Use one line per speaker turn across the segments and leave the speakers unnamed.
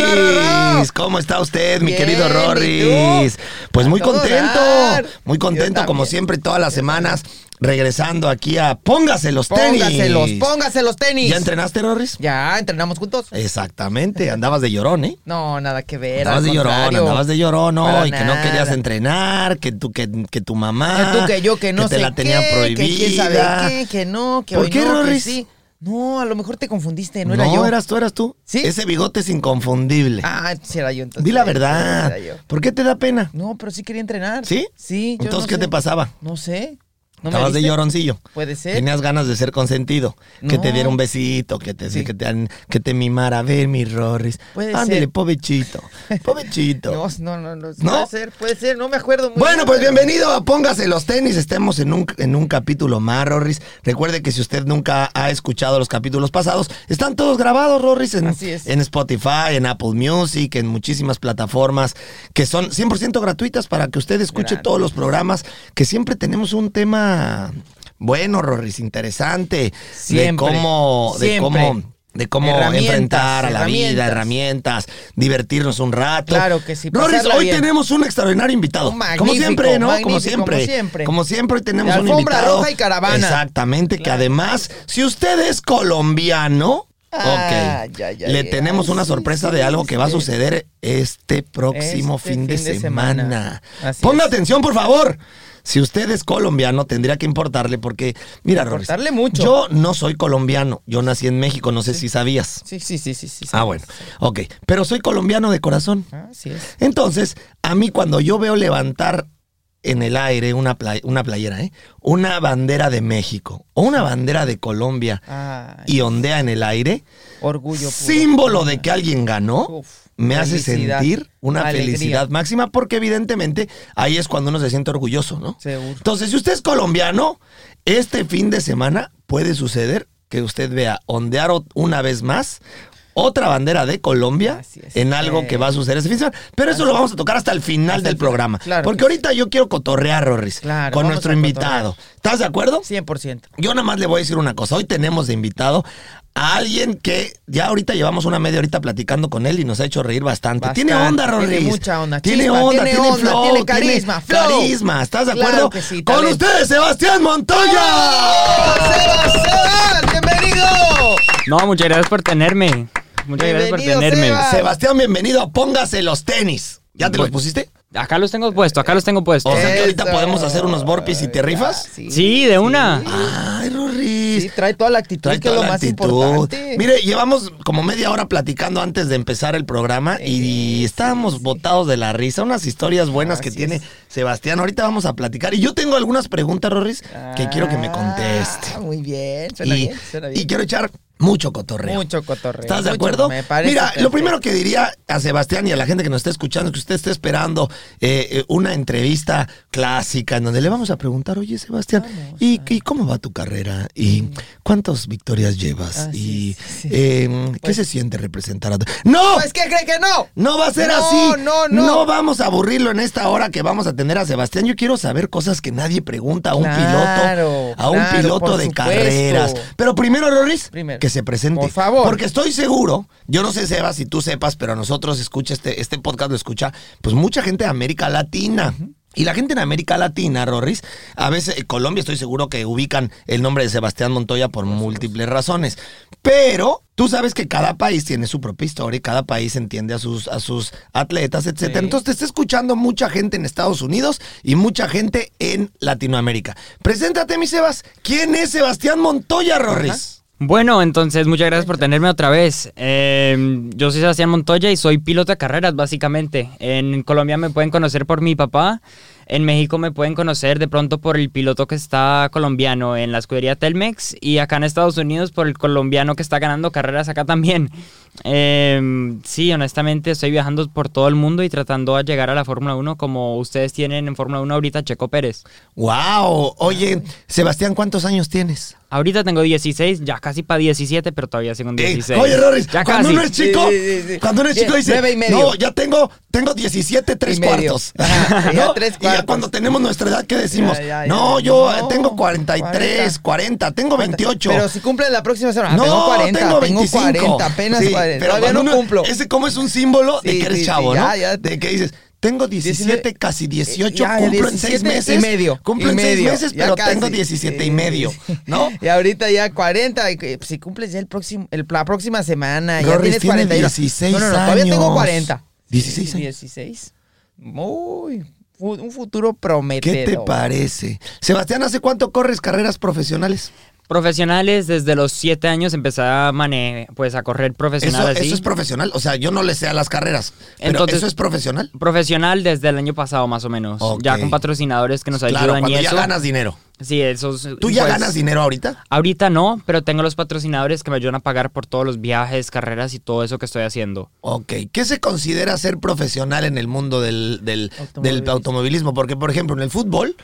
Rorris. ¿Cómo está usted, mi
Bien,
querido
¿y
Rorris?
tú?
Pues muy
A todo
contento,
dar.
muy
Yo
contento como
también.
siempre todas las semanas regresando aquí a Póngase los tenis.
Póngaselos, póngase los tenis.
¿Ya entrenaste, Rorris?
Ya, entrenamos juntos.
Exactamente, andabas de llorón, ¿eh?
No, nada que ver.
andabas
al
de llorón,
contrario.
andabas de llorón, no,
Para
y que no querías
nada.
entrenar, que tú, que, que tu mamá,
Que tú, que yo, que no
te
sé
la tenía
qué,
prohibida.
Que quién sabe qué, que no, que
¿Por
hoy
qué,
no, que
Rorris?
sí. No, a lo mejor te confundiste, no,
No,
era yo.
eras tú, eras tú.
¿Sí?
Ese bigote es inconfundible.
Ah, sí era yo entonces.
Di la
Sí,
verdad.
era yo.
¿Por qué te da pena?
No, pero sí quería entrenar.
¿Sí?
Sí. yo
Entonces,
no
¿qué
sé.
te pasaba?
No sé. ¿No me
Estabas de
viste?
lloroncillo.
Puede ser.
Tenías ganas de ser consentido. Que te
No.
diera un besito, que te,
Sí.
que te, que te mimara. A ver, mi Rorris.
Puede
Ándele,
ser.
pobechito. Pobechito.
No, no, no, no,
¿No?
Puede ser, puede ser, no me acuerdo muy
Bueno,
bien,
pues
pero-
bienvenido a Póngase los tenis. Estamos en un, en un capítulo más, Rorris. Recuerde que si usted nunca ha escuchado los capítulos pasados, están todos grabados, Rorris, en,
Así es.
en Spotify, en Apple Music, en muchísimas plataformas que son 100% gratuitas para que usted escuche
Gratis.
todos los programas, que siempre tenemos un tema bueno, Rorris, interesante. De
Siempre,
cómo, de
siempre.
cómo, de cómo
Herramientas,
enfrentar a la vida,
herramientas.
herramientas, divertirnos un rato.
Claro que sí,
Rorris,
pasarla
hoy
bien.
tenemos un extraordinario invitado. como
Oh, Magnífico,
siempre, ¿no? Como
magnífico,
siempre.
como siempre.
Como siempre, hoy tenemos
De
un
alfombra
invitado.
roja y caravana.
Exactamente, que además, si usted es colombiano. Ok.
Ah, ya, ya,
Le
ya.
tenemos
Ay,
una
sí,
sorpresa
sí,
de algo que va a
sí.
suceder este próximo
Este
fin, de,
fin de
semana.
semana. Así
Ponga
es.
atención, por favor. Si usted es colombiano, tendría que importarle porque, mira, Rorris,
Importarle mucho.
yo no soy colombiano. Yo nací en México, no sé si sabías.
Sí, sí, sí, sí, sí. sí.
Ah, bueno. Ok. Pero soy colombiano de corazón.
Ah, sí es.
Entonces, a mí cuando yo veo levantar en el aire una, play- una playera, ¿eh? una bandera de México o una bandera de Colombia
Ay,
y ondea en el aire,
orgullo puro.
símbolo de que alguien ganó,
Uf,
me hace
felicidad,
sentir una
alegría.
felicidad máxima porque evidentemente ahí es cuando uno se siente orgulloso, ¿no?
Seguro.
Entonces, si usted es colombiano, este fin de semana puede suceder que usted vea ondear o- una vez más otra bandera de Colombia
Así es.
en algo que va a suceder ese fin de semana. Pero eso lo vamos a tocar hasta el final
Hasta
del
el final,
programa.
claro
porque
que
ahorita yo quiero cotorrear, Rorris,
Claro,
con
vamos
nuestro
a
invitado. ¿Estás de acuerdo?
100%.
Yo nada más le voy a decir una cosa. Hoy tenemos de invitado a alguien que ya ahorita llevamos una media horita platicando con él y nos ha hecho reír bastante.
Bastante,
tiene onda,
tiene
Rorris.
mucha onda,
Tiene
chispa,
onda, tiene,
tiene onda,
flow,
tiene carisma,
tiene
flow.
carisma. ¿Estás de
Claro
acuerdo?
que sí,
con
talento.
ustedes, Sebastián Montoya.
¡Sebas, Sebas! ¡Bienvenido!
No, muchas gracias por tenerme. Muchas gracias por
Bienvenido,
tenerme.
Sebas.
Sebastián, bienvenido a Póngase los tenis. ¿Ya te los
Bueno.
pusiste?
Acá los tengo puestos, acá los tengo puestos.
O sea que ahorita
Eso.
podemos hacer unos burpees y te rifas.
Sí,
Sí, de una.
Ay, Rorris.
sí, trae toda la actitud,
Trae
que es
toda
lo
la
más
actitud.
importante.
Mire, llevamos como media hora platicando antes de empezar el programa y, estábamos botados de la risa. Unas historias buenas que
Así
tiene
es.
Sebastián. Ahorita vamos a platicar. Y yo tengo algunas preguntas, Rorris, que quiero que me
Ah,
conteste.
Muy bien, suena
Y,
bien, suena
y
bien.
quiero echar mucho cotorreo.
Mucho cotorreo.
¿Estás de
mucho,
acuerdo?
me parece
Mira, lo
perfecto.
primero que diría a Sebastián y a la gente que nos está escuchando es que usted está esperando eh, eh, una entrevista clásica en donde le vamos a preguntar, oye Sebastián, ¿y, y cómo va tu carrera? ¿Y cuántas victorias llevas?
Ah,
¿Y
sí, sí, sí.
eh, qué
Pues-
se siente representar a tu... ¡No!
Pues, ¿qué cree que no?
No va a ser
No,
así.
no, no.
vamos a aburrirlo en esta hora que vamos a tener a Sebastián. Yo quiero saber cosas que nadie pregunta a un
Claro,
piloto, a un
claro,
piloto
por
de
supuesto.
carreras. Pero primero, Loris,
Primero.
que se presente.
Por favor.
Porque estoy seguro, yo no sé, Sebas, si tú sepas, pero nosotros escucha este, este podcast lo escucha, pues mucha gente de América Latina. Y la gente en América Latina, Rorris, a veces, en Colombia estoy seguro que ubican el nombre de Sebastián Montoya por múltiples razones. Pero tú sabes que cada país tiene su propia historia y cada país entiende a sus, a sus atletas, etcétera.
Sí.
Entonces te está escuchando mucha gente en Estados Unidos y mucha gente en Latinoamérica. Preséntate, mi Sebas. ¿Quién es Sebastián Montoya, Rorris?
Bueno, entonces muchas gracias por tenerme otra vez. Eh, yo soy Sebastián Montoya y soy piloto de carreras, básicamente. En Colombia me pueden conocer por mi papá. En México me pueden conocer de pronto por el piloto que está colombiano en la escudería Telmex. Y acá en Estados Unidos por el colombiano que está ganando carreras acá también. Eh, sí, honestamente estoy viajando por todo el mundo y tratando de llegar a la Fórmula 1 como ustedes tienen en Fórmula 1 ahorita Checo Pérez.
Wow. Oye, Sebastián, ¿cuántos años tienes?
Ahorita tengo 16, ya casi para 17, pero todavía sigo en
Eh,
16.
oye, Rorris,
ya
cuando
casi.
uno es chico,
Sí, sí, sí, sí.
cuando uno es
Diez,
chico dice,
nueve y medio.
no, ya tengo, tengo 17, tres
Y medio.
cuartos.
Ajá, ya tres
Y ya cuando tenemos nuestra edad, ¿qué decimos?
Ya, ya, ya.
no, yo
No,
eh, tengo 43, 40, tengo 28.
Pero si cumple la próxima semana. Ah,
no,
tengo 40, tengo
25.
40, apenas
Sí,
40.
pero
Todavía
cuando
no
uno-
cumplo.
Ese como es un símbolo de
Sí,
que eres
sí,
chavo,
sí,
¿no?
ya, ya.
De que dices, tengo 17,
19,
casi 18,
eh, ya,
cumplo en 6
17 y
meses.
medio,
Cumplo
y
en 6
medio,
meses,
ya
pero
casi.
tengo 17 y
Sí,
medio,
sí.
¿no?
Y ahorita ya 40, y que, pues, si cumples ya el próximo, el- la próxima semana, ya
Rorris
tienes
tiene
41.
16
no, no, no, todavía tengo
años.
40.
16 años.
16. Muy, fu- un futuro prometedor.
¿Qué te parece? Sebastián, ¿hace cuánto corres carreras profesionales?
Profesionales, desde los siete años empecé a mane pues a correr profesional
Eso,
así.
eso es profesional. O sea, yo no le sé a las carreras. Pero
Entonces-
eso es profesional.
profesional desde el año pasado más o menos.
Ok.
Ya con patrocinadores que nos
Claro,
ayudan
cuando
y
ya
eso.
ganas dinero.
Sí, esos.
¿Tú ya
pues,
ganas dinero ahorita?
Ahorita no, pero tengo los patrocinadores que me ayudan a pagar por todos los viajes, carreras y todo eso que estoy haciendo.
Ok. ¿Qué se considera ser profesional en el mundo del, del- del automovilismo.
Automovilismo.
Porque, por ejemplo, en el fútbol,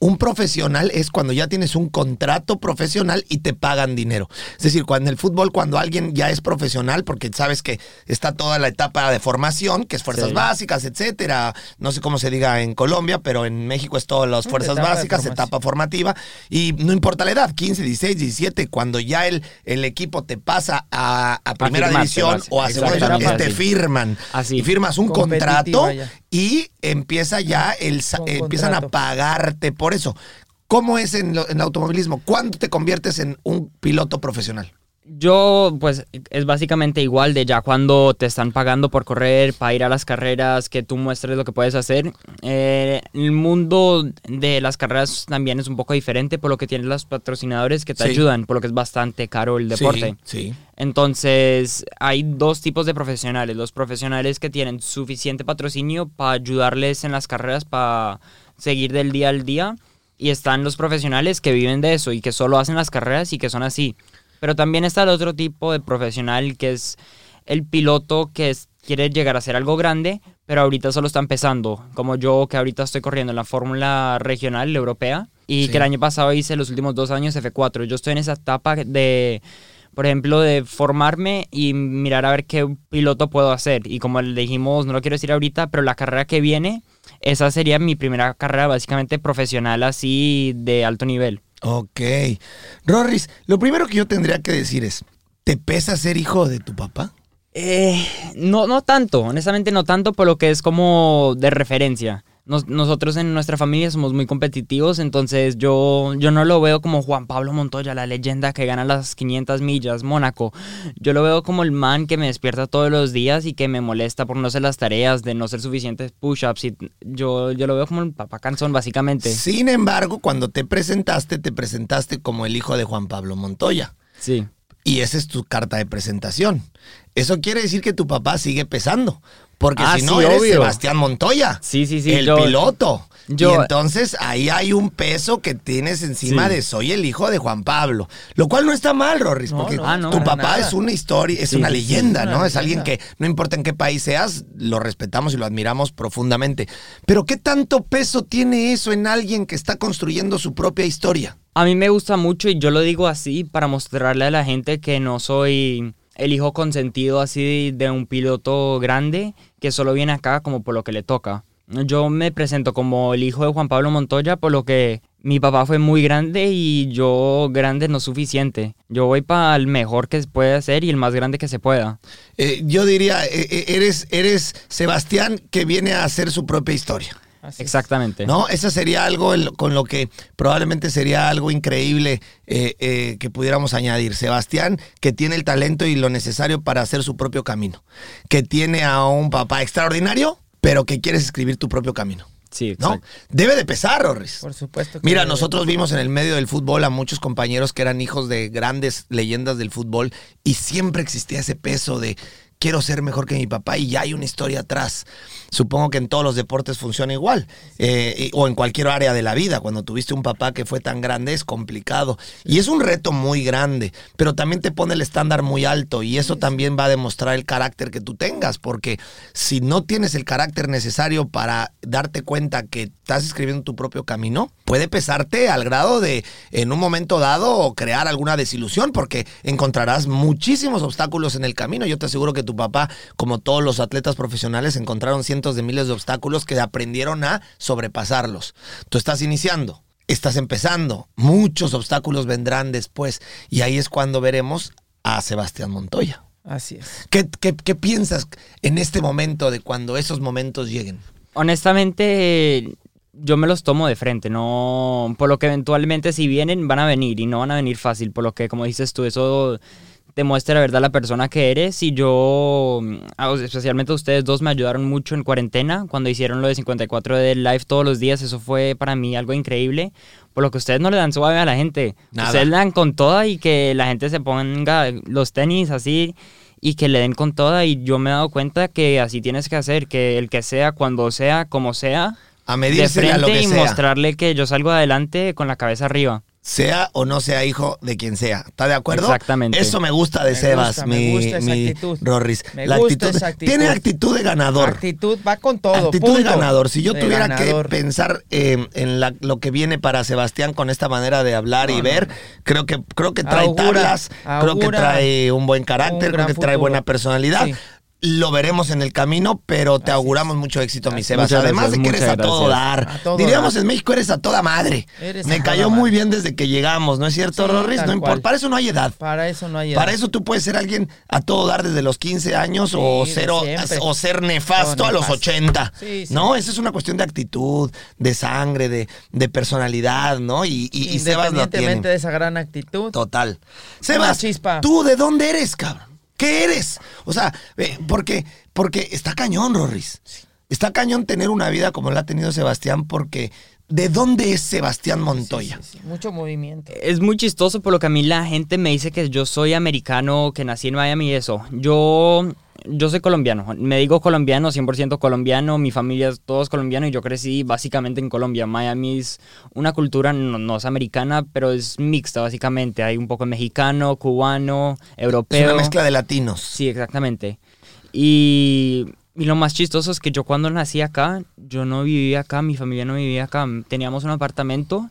un profesional es cuando ya tienes un contrato profesional y te pagan dinero. Es decir, cuando en el fútbol, cuando alguien ya es profesional, porque sabes que está toda la etapa de formación, que es fuerzas
Sí.
básicas, etcétera. No sé cómo se diga en Colombia, pero en México es todas las
Sí,
fuerzas
Mm, etapa de
básicas,
formación.
etapa formativa. Y no importa la edad, 15, 16, 17, cuando ya el, el equipo te pasa a, a primera
firmar,
división
te
o a
vas.
segunda división,
Exactamente.
este, firman.
Así.
Y firmas un
Competitiva
contrato
ya.
y empieza ya el sa-
Con
eh, empiezan a
contrato.
pagarte por eso. ¿Cómo es en, lo- en el automovilismo? ¿Cuándo te conviertes en un piloto profesional?
Yo, pues, es básicamente igual de ya cuando te están pagando por correr, para ir a las carreras, que tú muestres lo que puedes hacer. Eh, el mundo de las carreras también es un poco diferente por lo que tienen los patrocinadores que te
Sí.
ayudan, por lo que es bastante caro el deporte.
Sí.
Entonces, hay dos tipos de profesionales. Los profesionales que tienen suficiente patrocinio para ayudarles en las carreras, para seguir del día al día. Y están los profesionales que viven de eso y que solo hacen las carreras y que son así. Pero también está el otro tipo de profesional que es el piloto que es- quiere llegar a ser algo grande, pero ahorita solo está empezando. Como yo que ahorita estoy corriendo en la Fórmula Regional Europea y
Sí.
que el año pasado hice los últimos dos años F4. Yo estoy en esa etapa de por ejemplo, de formarme y mirar a ver qué piloto puedo hacer. Y como le dijimos, no lo quiero decir ahorita, pero la carrera que viene, esa sería mi primera carrera básicamente profesional así de alto nivel.
Ok. Rorris, lo primero que yo tendría que decir es, ¿te pesa ser hijo de tu papá?
Eh, no, no tanto, honestamente no tanto, por lo que es como de referencia. Nos- nosotros en nuestra familia somos muy competitivos, entonces yo, yo no lo veo como Juan Pablo Montoya, la leyenda que gana las 500 millas, Mónaco. Yo lo veo como el man que me despierta todos los días y que me molesta por no hacer las tareas, de no ser suficientes push-ups. y Yo, yo lo veo como el papá canzón, básicamente.
Sin embargo, cuando te presentaste, te presentaste como el hijo de Juan Pablo Montoya.
Sí.
Y esa es tu carta de presentación. Eso quiere decir que tu papá sigue pesando. Porque
Ah,
si no,
sí,
eres
obvio.
Sebastián Montoya.
Sí, sí, sí,
El
yo-
piloto.
yo-
y entonces ahí hay un peso que tienes encima
Sí.
de soy el hijo de Juan Pablo. Lo cual no está mal, Rorris,
No,
porque
no,
Ah, no,
tu
para
papá
nada.
es una historia, es
Sí,
una
sí, sí,
leyenda,
es una
¿no? Es alguien
leyenda.
que no importa en qué país seas, lo respetamos y lo admiramos profundamente. Pero ¿qué tanto peso tiene eso en alguien que está construyendo su propia historia?
A mí me gusta mucho y yo lo digo así para mostrarle a la gente que no soy el hijo consentido así de un piloto grande que solo viene acá como por lo que le toca. Yo me presento como el hijo de Juan Pablo Montoya por lo que mi papá fue muy grande y yo grande no es suficiente. Yo voy para el mejor que se puede ser y el más grande que se pueda.
Eh, yo diría, eh, eh, eres, eres Sebastián que viene a hacer su propia historia.
Así es.
Exactamente.
¿No? Eso sería algo en lo- con lo que probablemente sería algo increíble eh, eh, que pudiéramos añadir. Sebastián, que tiene el talento y lo necesario para hacer su propio camino. Que tiene a un papá extraordinario, pero que quieres escribir tu propio camino.
Sí,
¿No?
exacto.
Debe de pesar, Rorris.
Por supuesto. que-
Mira, nosotros vimos en el medio del fútbol a muchos compañeros que eran hijos de grandes leyendas del fútbol y siempre existía ese peso de quiero ser mejor que mi papá y ya hay una historia atrás. Supongo que en todos los deportes funciona igual eh, y- o en cualquier área de la vida. Cuando tuviste un papá que fue tan grande es complicado y es un reto muy grande, pero también te pone el estándar muy alto y eso también va a demostrar el carácter que tú tengas porque si no tienes el carácter necesario para darte cuenta que estás escribiendo tu propio camino, puede pesarte al grado de en un momento dado crear alguna desilusión porque encontrarás muchísimos obstáculos en el camino. Yo te aseguro que tu tu papá, como todos los atletas profesionales, encontraron cientos de miles de obstáculos que aprendieron a sobrepasarlos. Tú estás iniciando, estás empezando, muchos obstáculos vendrán después y ahí es cuando veremos a Sebastián Montoya.
Así es.
¿Qué, qué- qué piensas en este momento de cuando esos momentos lleguen?
Honestamente, yo me los tomo de frente, no por lo que eventualmente si vienen van a venir y no van a venir fácil, por lo que como dices tú, eso te muestra la verdad la persona que eres y yo, mm, a- especialmente ustedes dos me ayudaron mucho en cuarentena cuando hicieron lo de 54 de live todos los días, eso fue para mí algo increíble, por lo que ustedes no le dan suave a la gente,
Nada.
ustedes le dan con toda y que la gente se ponga los tenis así y que le den con toda y yo me he dado cuenta que así tienes que hacer, que el que sea, cuando sea, como sea,
A
de
medirse a lo
frente
que
y
sea.
mostrarle que yo salgo adelante con la cabeza arriba.
sea o no sea hijo de quien sea. ¿Está de acuerdo?
Exactamente.
Eso me gusta de
Me
Sebas,
gusta,
mi,
me gusta esa
mi
actitud.
Rorris.
Me
La
gusta
actitud-
esa actitud.
Tiene actitud de ganador.
Actitud va con todo.
Actitud de
punto.
ganador. Si yo
De
tuviera
ganador.
que pensar eh, en la- lo que viene para Sebastián con esta manera de hablar y ver, creo que creo que trae
Augura,
tablas, creo que
augura
trae un buen carácter,
un
creo
gran
que trae
futuro.
buena personalidad.
Sí.
Lo veremos en el camino, pero te auguramos mucho éxito, mi Sebas.
Muchas
Además de que
gracias,
eres a
muchas
todo
gracias.
dar.
A todo
Diríamos
dar.
en México, eres a toda madre.
Eres
Me
a
cayó
toda
muy
madre.
bien desde que llegamos, ¿no es cierto,
Sí,
Rorris?
tal
No importa.
cual.
Para eso no hay edad.
Para eso no hay edad.
Para eso tú puedes ser alguien a todo dar desde los 15 años o,
Sí, de
cero-
siempre.
o ser nefasto
O
a los
nefasto.
80.
Sí, sí.
No, esa es una cuestión de actitud, de sangre, de, de personalidad, ¿no? Y, y, y Sebas lo
Independientemente
tiene.
de esa gran actitud.
Total. Sebas,
chispa.
¿tú de dónde eres, cabrón? ¿Qué eres? O sea, eh, porque, porque está cañón, Rorris. Está cañón tener una vida como la ha tenido Sebastián, porque ¿de dónde es Sebastián Montoya?
Sí, sí, Mucho movimiento.
Es muy chistoso por lo que a mí la gente me dice que yo soy americano, que nací en Miami y eso. Yo, yo soy colombiano, me digo colombiano, 100% colombiano, mi familia es todos colombiano y yo crecí básicamente en Colombia. Miami es una cultura, no, no es americana, pero es mixta básicamente. Hay un poco de mexicano, cubano, europeo.
Es una mezcla de latinos.
Sí, exactamente. Y, y lo más chistoso es que yo cuando nací acá, yo no vivía acá, mi familia no vivía acá. Teníamos un apartamento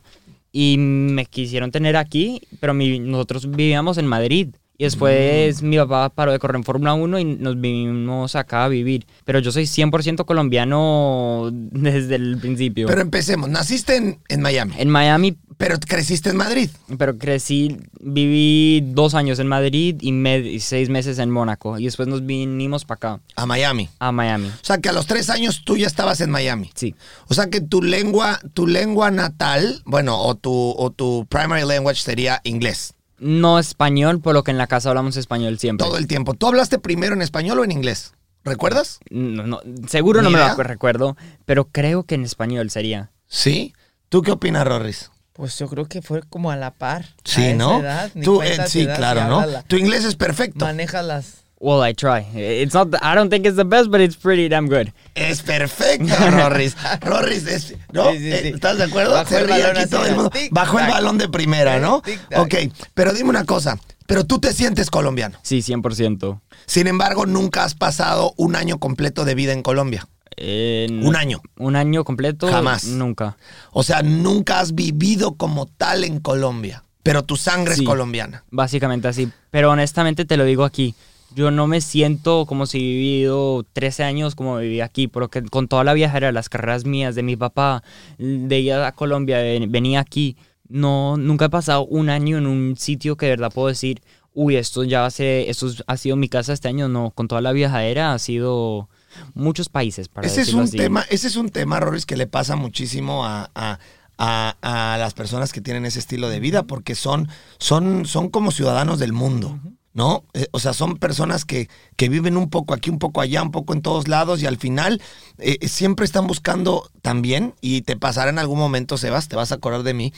y me quisieron tener aquí, pero mi- nosotros vivíamos en Madrid. Y después mi papá paró de correr en Fórmula 1 y nos vinimos acá a vivir. Pero yo soy 100% colombiano desde el principio.
Pero empecemos. Naciste en, en Miami.
en Miami,
Pero creciste en Madrid.
pero crecí, viví dos años en Madrid y, me- y seis meses en Mónaco. Y después nos vinimos para acá,
A Miami.
a Miami.
O sea que a los tres años tú ya estabas en Miami.
Sí.
O sea que tu lengua, tu lengua natal, bueno, o tu, o tu primary language sería inglés.
No español, por lo que en la casa hablamos español siempre.
Todo el tiempo. ¿Tú hablaste primero en español o en inglés? ¿Recuerdas?
No, no, seguro no
Ni
me
idea.
lo acu- recuerdo, pero creo que en español sería.
Sí. ¿Tú qué opinas, Rorris?
Pues yo creo que fue como a la par.
Sí,
A esa
¿no?
edad, ni
Tú, eh,
cuenta te
sí,
das,
claro,
ya
¿no?
hablas la-
Tu inglés es perfecto.
Manejas las.
Well, I try. It's not. I don't think it's the best, but it's pretty damn good.
Es perfecto, Rorris. Rorris, es- ¿no?
Sí, sí, sí.
Eh, ¿Estás de acuerdo?
Bajo el
ríe
balón
aquí
así,
todo el mundo.
tic-tac.
Bajo el balón de primera, ¿no?
Tic-tac.
Ok, pero dime una cosa. Pero tú te sientes colombiano.
Sí, 100%.
Sin embargo, nunca has pasado un año completo de vida en Colombia.
Eh, no-
Un año.
Un año completo.
Jamás.
Nunca.
O sea, nunca has vivido como tal en Colombia. Pero tu sangre
Sí.
es colombiana.
Básicamente así. Pero honestamente te lo digo aquí. Yo no me siento como si he vivido 13 años como viví aquí, porque con toda la viajera, las carreras mías, de mi papá, de ir a Colombia, de venir aquí, no, nunca he pasado un año en un sitio que de verdad puedo decir, uy, esto ya hace, esto ha sido mi casa este año, no, con toda la viajadera ha sido muchos países, para
Ese es
decirlo
un
así.
tema, ese es un tema, Rorris, que le pasa muchísimo a, a- a- a las personas que tienen ese estilo de vida, porque son, son, son como ciudadanos del mundo. ¿No? Eh, o sea, son personas que, que viven un poco aquí, un poco allá, un poco en todos lados y al final eh, siempre están buscando también, y te pasará en algún momento, Sebas, te vas a acordar de mí,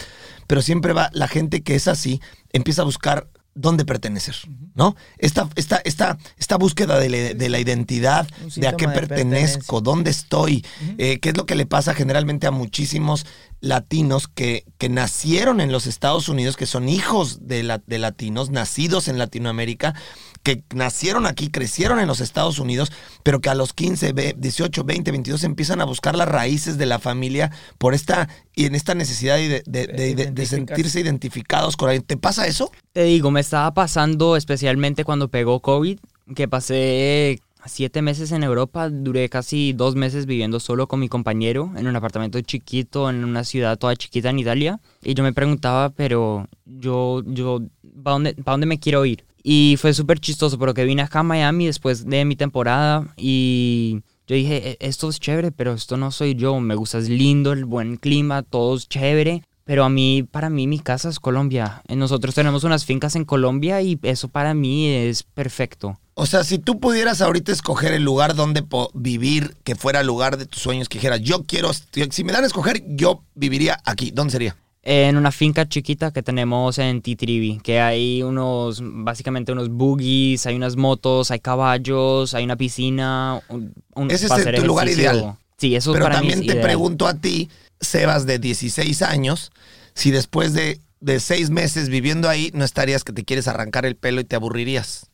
pero siempre va la gente que es así, empieza a buscar dónde pertenecer, ¿no? Esta, esta, esta, esta búsqueda de la, de la identidad,
Un
de a
síntoma
qué
de
pertenezco, o dónde estoy, eh, qué es lo que le pasa generalmente a muchísimos latinos que, que nacieron en los Estados Unidos, que son hijos de, la- de latinos, nacidos en Latinoamérica, que nacieron aquí, crecieron en los Estados Unidos, pero que a los 15, ve- 18, 20, 22 empiezan a buscar las raíces de la familia por esta y en esta necesidad de, de- de- de- de
identificarse.
sentirse identificados con alguien. ¿Te pasa eso?
Te digo, me estaba pasando especialmente cuando pegó COVID. que pasé siete meses en Europa, duré casi dos meses viviendo solo con mi compañero en un apartamento chiquito, en una ciudad toda chiquita en Italia. Y yo me preguntaba, pero yo, yo, ¿para dónde, pa dónde me quiero ir? Y fue súper chistoso, porque vine acá a Miami después de mi temporada y yo dije, "E- esto es chévere, pero esto no soy yo. Me gusta, es lindo, el buen clima, todo es chévere. Pero a mí, para mí, mi casa es Colombia. Eh, Nosotros tenemos unas fincas en Colombia y eso para mí es perfecto.
O sea, si tú pudieras ahorita escoger el lugar donde po- vivir, que fuera el lugar de tus sueños, que dijeras, yo quiero, si me dan a escoger, yo viviría aquí. ¿Dónde sería?
En una finca chiquita que tenemos en Titrivi, que hay unos, básicamente unos buggies, hay unas motos, hay caballos, hay una piscina. Un, un-
Ese es
para
el-
hacer
tu lugar
ejercicio.
ideal.
Sí, eso
Pero
para mí es
también te
ideal.
pregunto a ti, Sebas, de 16 años, si después de, de seis meses viviendo ahí, no estarías que te quieres arrancar el pelo y te aburrirías.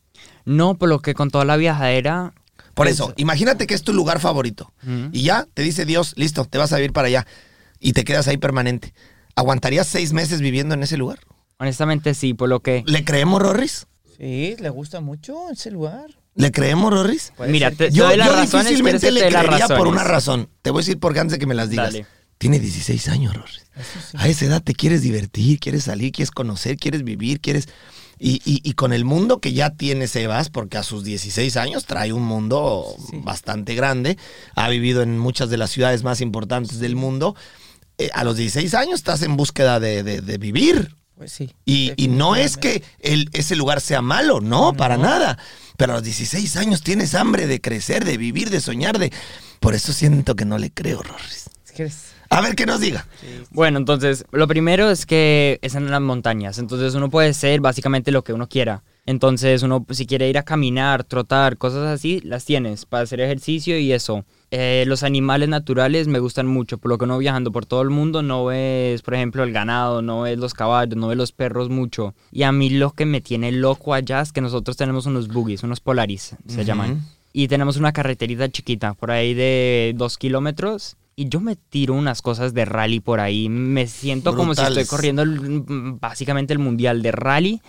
No, por lo que con toda la viajadera.
Por
pues,
eso, imagínate que es tu lugar favorito.
Ujú.
Y ya te dice Dios, listo, te vas a vivir para allá. Y te quedas ahí permanente. ¿Aguantarías seis meses viviendo en ese lugar?
Honestamente sí, por lo que...
¿Le creemos, Rorris?
Sí, le gusta mucho ese lugar.
¿Le creemos, Rorris?
Puede
Mira,
ser
te, te
Yo,
doy las
yo
razones, pero es
difícilmente
que
le
te doy las
creería por
razones.
una razón. Te voy a decir por qué antes de que me las digas.
Dale.
Tiene 16 años, Rorris. A esa edad te quieres divertir, quieres salir, quieres conocer, quieres vivir, quieres... Y, y- y con el mundo que ya tiene Sebas, porque a sus 16 años trae un mundo bastante grande, ha vivido en muchas de las ciudades más importantes del mundo, eh, a los 16 años estás en búsqueda de- de- de vivir,
Pues sí.
y, y no es que el- ese lugar sea malo, no, para nada. Pero a los 16 años tienes hambre de crecer, de vivir, de soñar, de... Por eso siento que no le creo, Rorris.
Es que eres-
A ver qué nos diga.
Bueno, entonces, lo primero es que es en las montañas, entonces uno puede ser básicamente lo que uno quiera. Entonces, uno si quiere ir a caminar, trotar, cosas así, las tienes para hacer ejercicio y eso. Eh, los animales naturales me gustan mucho, por lo que uno viajando por todo el mundo no ves, por ejemplo, el ganado, no ves los caballos, no ves los perros mucho. Y a mí lo que me tiene loco allá es que nosotros tenemos unos buggies, unos polaris, se llaman. Y tenemos una carreterita chiquita, por ahí de dos kilómetros. Y yo me tiro unas cosas de rally por ahí. Me siento como si estoy
Brutales.
corriendo el- mm, básicamente el mundial de rally.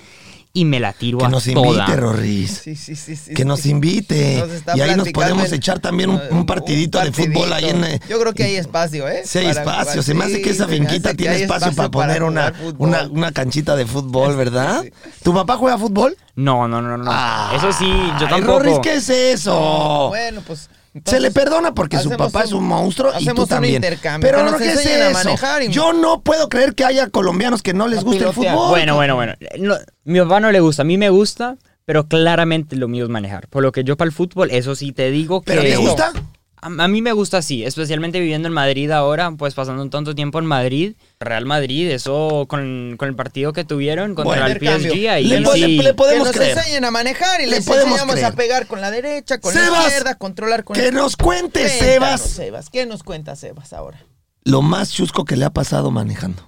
Y me la tiro
Que
a
nos
toda.
invite, Rorris.
Sí, sí, sí, sí,
Que nos
sí.
invite.
Nos está
y ahí nos
platicando
podemos
el-
echar también un,
eh,
un partidito de fútbol ahí en... eh,
Yo creo que hay espacio, ¿eh?
Sí, hay
Para-
espacio.
para-
Se me hace
sí,
que esa
se me
finquita
hace que
tiene
hay
espacio para poner una,
jugar fútbol.
una, una canchita de fútbol, ¿verdad?
Sí,
¿Tu papá juega fútbol?
No, no, no, no. eso sí, yo
Ah. Ay, Rorris,
tampoco.
¿qué es eso?
Bueno, pues.
Se le
entonces-
perdona porque su
hacemos
papá es un monstruo y tú
hacemos un
también.
intercambio,
Pero
que
no
nos
¿qué es
enseñen a
eso?
manejar y-
Yo no puedo creer que haya colombianos que no les
A
guste el
pilotear.
fútbol.
Bueno, bueno, bueno. No, mi papá no le gusta, a mí me gusta, pero claramente lo mío es manejar. Por lo que yo para el fútbol, eso sí te digo que...
¿Pero te gusta?
A, a mí me gusta así, especialmente viviendo en Madrid ahora, pues pasando un tanto tiempo en Madrid, Real Madrid, eso con, con el partido que tuvieron contra
Bueno,
el PSG ahí.
Le pone-
sí.
le pone- podemos
que nos
creer.
enseñen a manejar y
Le
les
podemos
enseñamos
creer.
a pegar con la derecha, con
Sebas,
la izquierda, controlar con
Que
el...
nos cuente,
Cuéntanos,
Sebas,
Sebas, ¿qué nos cuenta Sebas ahora?
lo más chusco que le ha pasado manejando.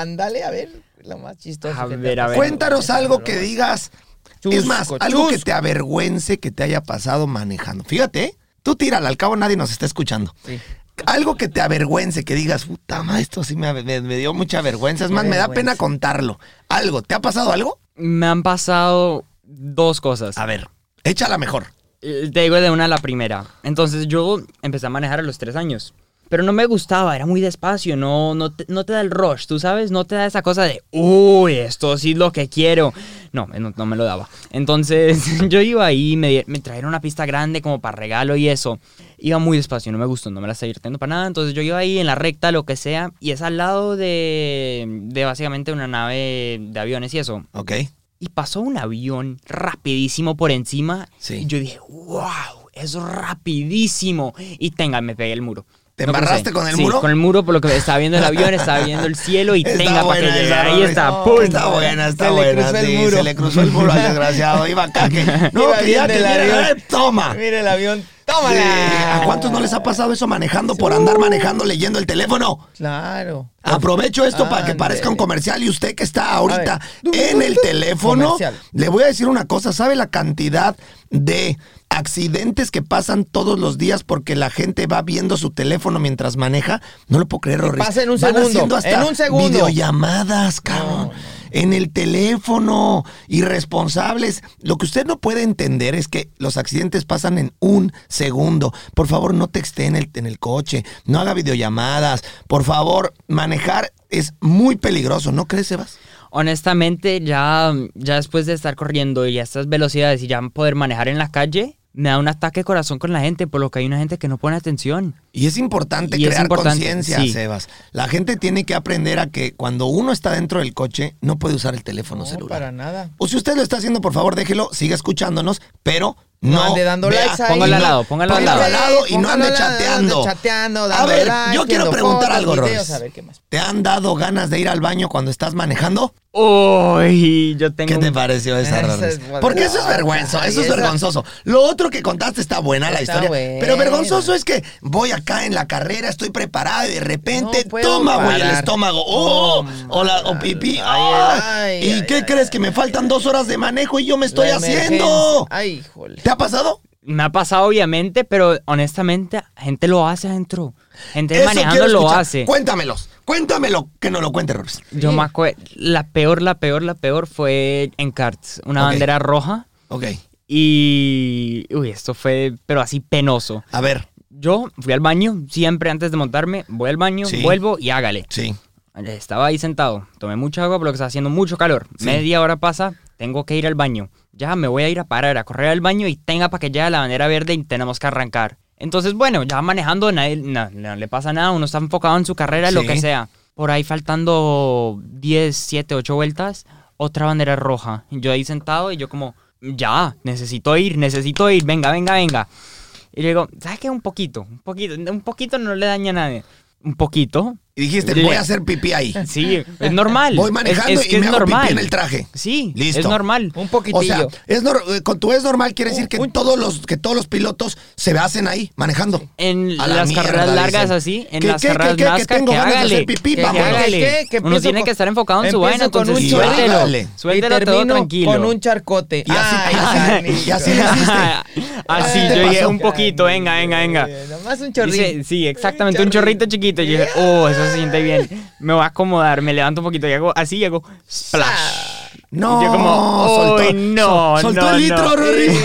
Ándale, a ver, lo más chistoso.
A
que te
ver,
ha
a ver.
pasado.
Cuéntanos algo que digas. es
Chusco,
más, algo que
chusco.
te avergüence que te haya pasado manejando. Fíjate, ¿eh? tú tírala, al cabo nadie nos está escuchando.
Sí.
Algo que te avergüence, que digas, puta madre, esto sí me, me- me dio mucha vergüenza. Es más, me da pena
vergüenza.
contarlo. Algo, ¿te ha pasado algo?
Me han pasado dos cosas.
A ver, échala mejor.
Eh, Te digo de una a la primera. Entonces yo empecé a manejar a los tres años. Pero no me gustaba, era muy despacio, no, no, te, no te da el rush, tú sabes, no te da esa cosa de, uy, esto sí es lo que quiero. No, eh, no, no me lo daba. Entonces yo iba ahí, me, di- me trajeron una pista grande como para regalo y eso. Iba muy despacio, no me gustó, no me la estaba divirtiendo para nada. Entonces yo iba ahí en la recta, lo que sea, y es al lado de, de básicamente una nave de aviones y eso.
Ok.
Y pasó un avión rapidísimo por encima.
Sí.
Y yo dije, wow, es rapidísimo. Y tenga, me pegué el muro.
¿Te
No
embarraste
pensé.
con el
Sí,
muro?
con el muro, por lo que estaba viendo el avión, estaba viendo el cielo y
Está
tenga para que
buena
llegue.
esa,
Ahí
Rory.
está,
No,
¡pum!
Está buena, está
Se le
buena.
cruzó el
sí,
muro.
Se le cruzó el muro al desgraciado. Iba acá que. No,
Iba
que ya
bien del
te viera,
avión.
eh, Toma.
Mira el avión,
Sí.
tómala.
¿A cuántos no les ha pasado eso manejando por andar manejando leyendo el teléfono?
Claro.
Aprovecho esto para que
Ándale.
parezca un comercial y usted que está ahorita
ver.
en el teléfono,
Comercial.
le voy a decir una cosa, ¿sabe la cantidad de accidentes que pasan todos los días porque la gente va viendo su teléfono mientras maneja? No lo puedo creer, Rorris.
pasa en un
Van
segundo,
haciendo hasta
en un segundo.
Videollamadas, cabrón. en el teléfono, irresponsables. Lo que usted no puede entender es que los accidentes pasan en un segundo. Por favor, no texte en el, en el coche, no haga videollamadas. Por favor, manejar es muy peligroso, ¿no crees, Sebas?
Honestamente, ya, ya después de estar corriendo y a estas velocidades y ya poder manejar en la calle, me da un ataque de corazón con la gente, por lo que hay una gente que no pone atención.
Y es importante
Y es
crear
importante,
conciencia,
sí.
Sebas. La gente tiene que aprender a que cuando uno está dentro del coche, no puede usar el teléfono
No,
celular.
para nada.
O si usted lo está haciendo, por favor, déjelo, siga escuchándonos, pero no,
No ande dando likes ahí.
Póngalo al lado, póngalo al lado.
y no ande
Póngalo al lado,
chateando.
ande chateando,
a
dando
ver,
likes,
yo quiero
viendo
preguntar
fotos,
algo,
videos,
Roris.
a ver, ¿qué más?
¿Te han dado ganas de ir al baño cuando estás manejando?
Uy, yo tengo.
¿Qué te
un-
pareció esa,
Esa
Roris?
es buena.
Porque eso es vergüenza, eso es
Esa-
vergonzoso. Lo otro que contaste está buena la
Está
historia.
buena.
Pero vergonzoso es que voy acá en la carrera, estoy preparada y de repente,
No puedo
toma, güey, el
parar.
estómago. Oh, o, la, o pipí.
Ay,
Ah,
ay,
¿Y
ay,
qué
ay,
crees? que me faltan dos horas de manejo y yo me estoy
La
haciendo.
emergencia. Ay, híjole.
¿Te ha pasado?
Me ha pasado, obviamente, pero honestamente, gente lo hace adentro. Gente
Eso
manejando
quiero
lo
escuchar.
hace.
Cuéntamelos. Cuéntamelo, que no lo cuente, Roris.
Yo me acue- La peor, la peor, la peor fue en Karts. Una
Ok.
bandera roja.
Ok.
Y. Uy, esto fue, pero así penoso.
A ver.
Yo fui al baño, siempre antes de montarme, voy al baño,
Sí.
vuelvo y hágale.
Sí.
Estaba ahí sentado, tomé mucha agua, pero que está haciendo mucho calor.
Sí.
Media hora pasa, tengo que ir al baño. Ya me voy a ir a parar, a correr al baño y tenga para que llegue la bandera verde y tenemos que arrancar. Entonces, bueno, ya manejando, nadie- na- no, le pasa nada, uno está enfocado en su carrera, lo
Sí.
que sea. Por ahí faltando 10, 7, 8 vueltas, otra bandera roja. Yo ahí sentado y yo como, ya, necesito ir, necesito ir, venga, venga, venga. Y le digo, ¿sabes qué? Un poquito, un poquito, un poquito no le daña a nadie. Un poquito,
Y dijiste,
Le-
voy a hacer pipí ahí.
Sí, es normal.
Voy manejando
es, es que
y
es
me hago pipí
normal.
en el traje.
Sí,
Listo.
es normal.
Un
O sea,
poquitillo.
es nor- eh, con tu es normal quiere decir que todos los que todos los pilotos se hacen ahí manejando.
Eh,
En
A la
las
mierda,
carreras largas
dicen.
así, en
¿Qué,
las
qué, qué,
carreras
qué, que
NASCAR,
tengo
que
ganas de hacer
hágale.
pipí,
que
vámonos.
hágale.
¿Qué, qué, qué?
Uno
Empiezo
tiene
con-
que estar enfocado en su
empiezo
vaina,
con
entonces
un
suéltelo.
chorrito.
Suéltelo
y
todo
termino
tranquilo.
con un charcote.
Y así-
Ay,
y así-
cariño.
y así le hiciste.
Así
Así te
yo llegué
pasó.
un poquito, venga, venga, venga.
Eh, Nomás un
Dice,
chorrito.
sí, exactamente, un chorrito chiquito. Y yo dije, oh, eso se siente bien. Me voy a acomodar, me levanto un poquito y hago así y hago splash.
No,
Y yo como,
soltó,
"Uy, no,
sol- soltó
no,
el
no".
litro, Rory.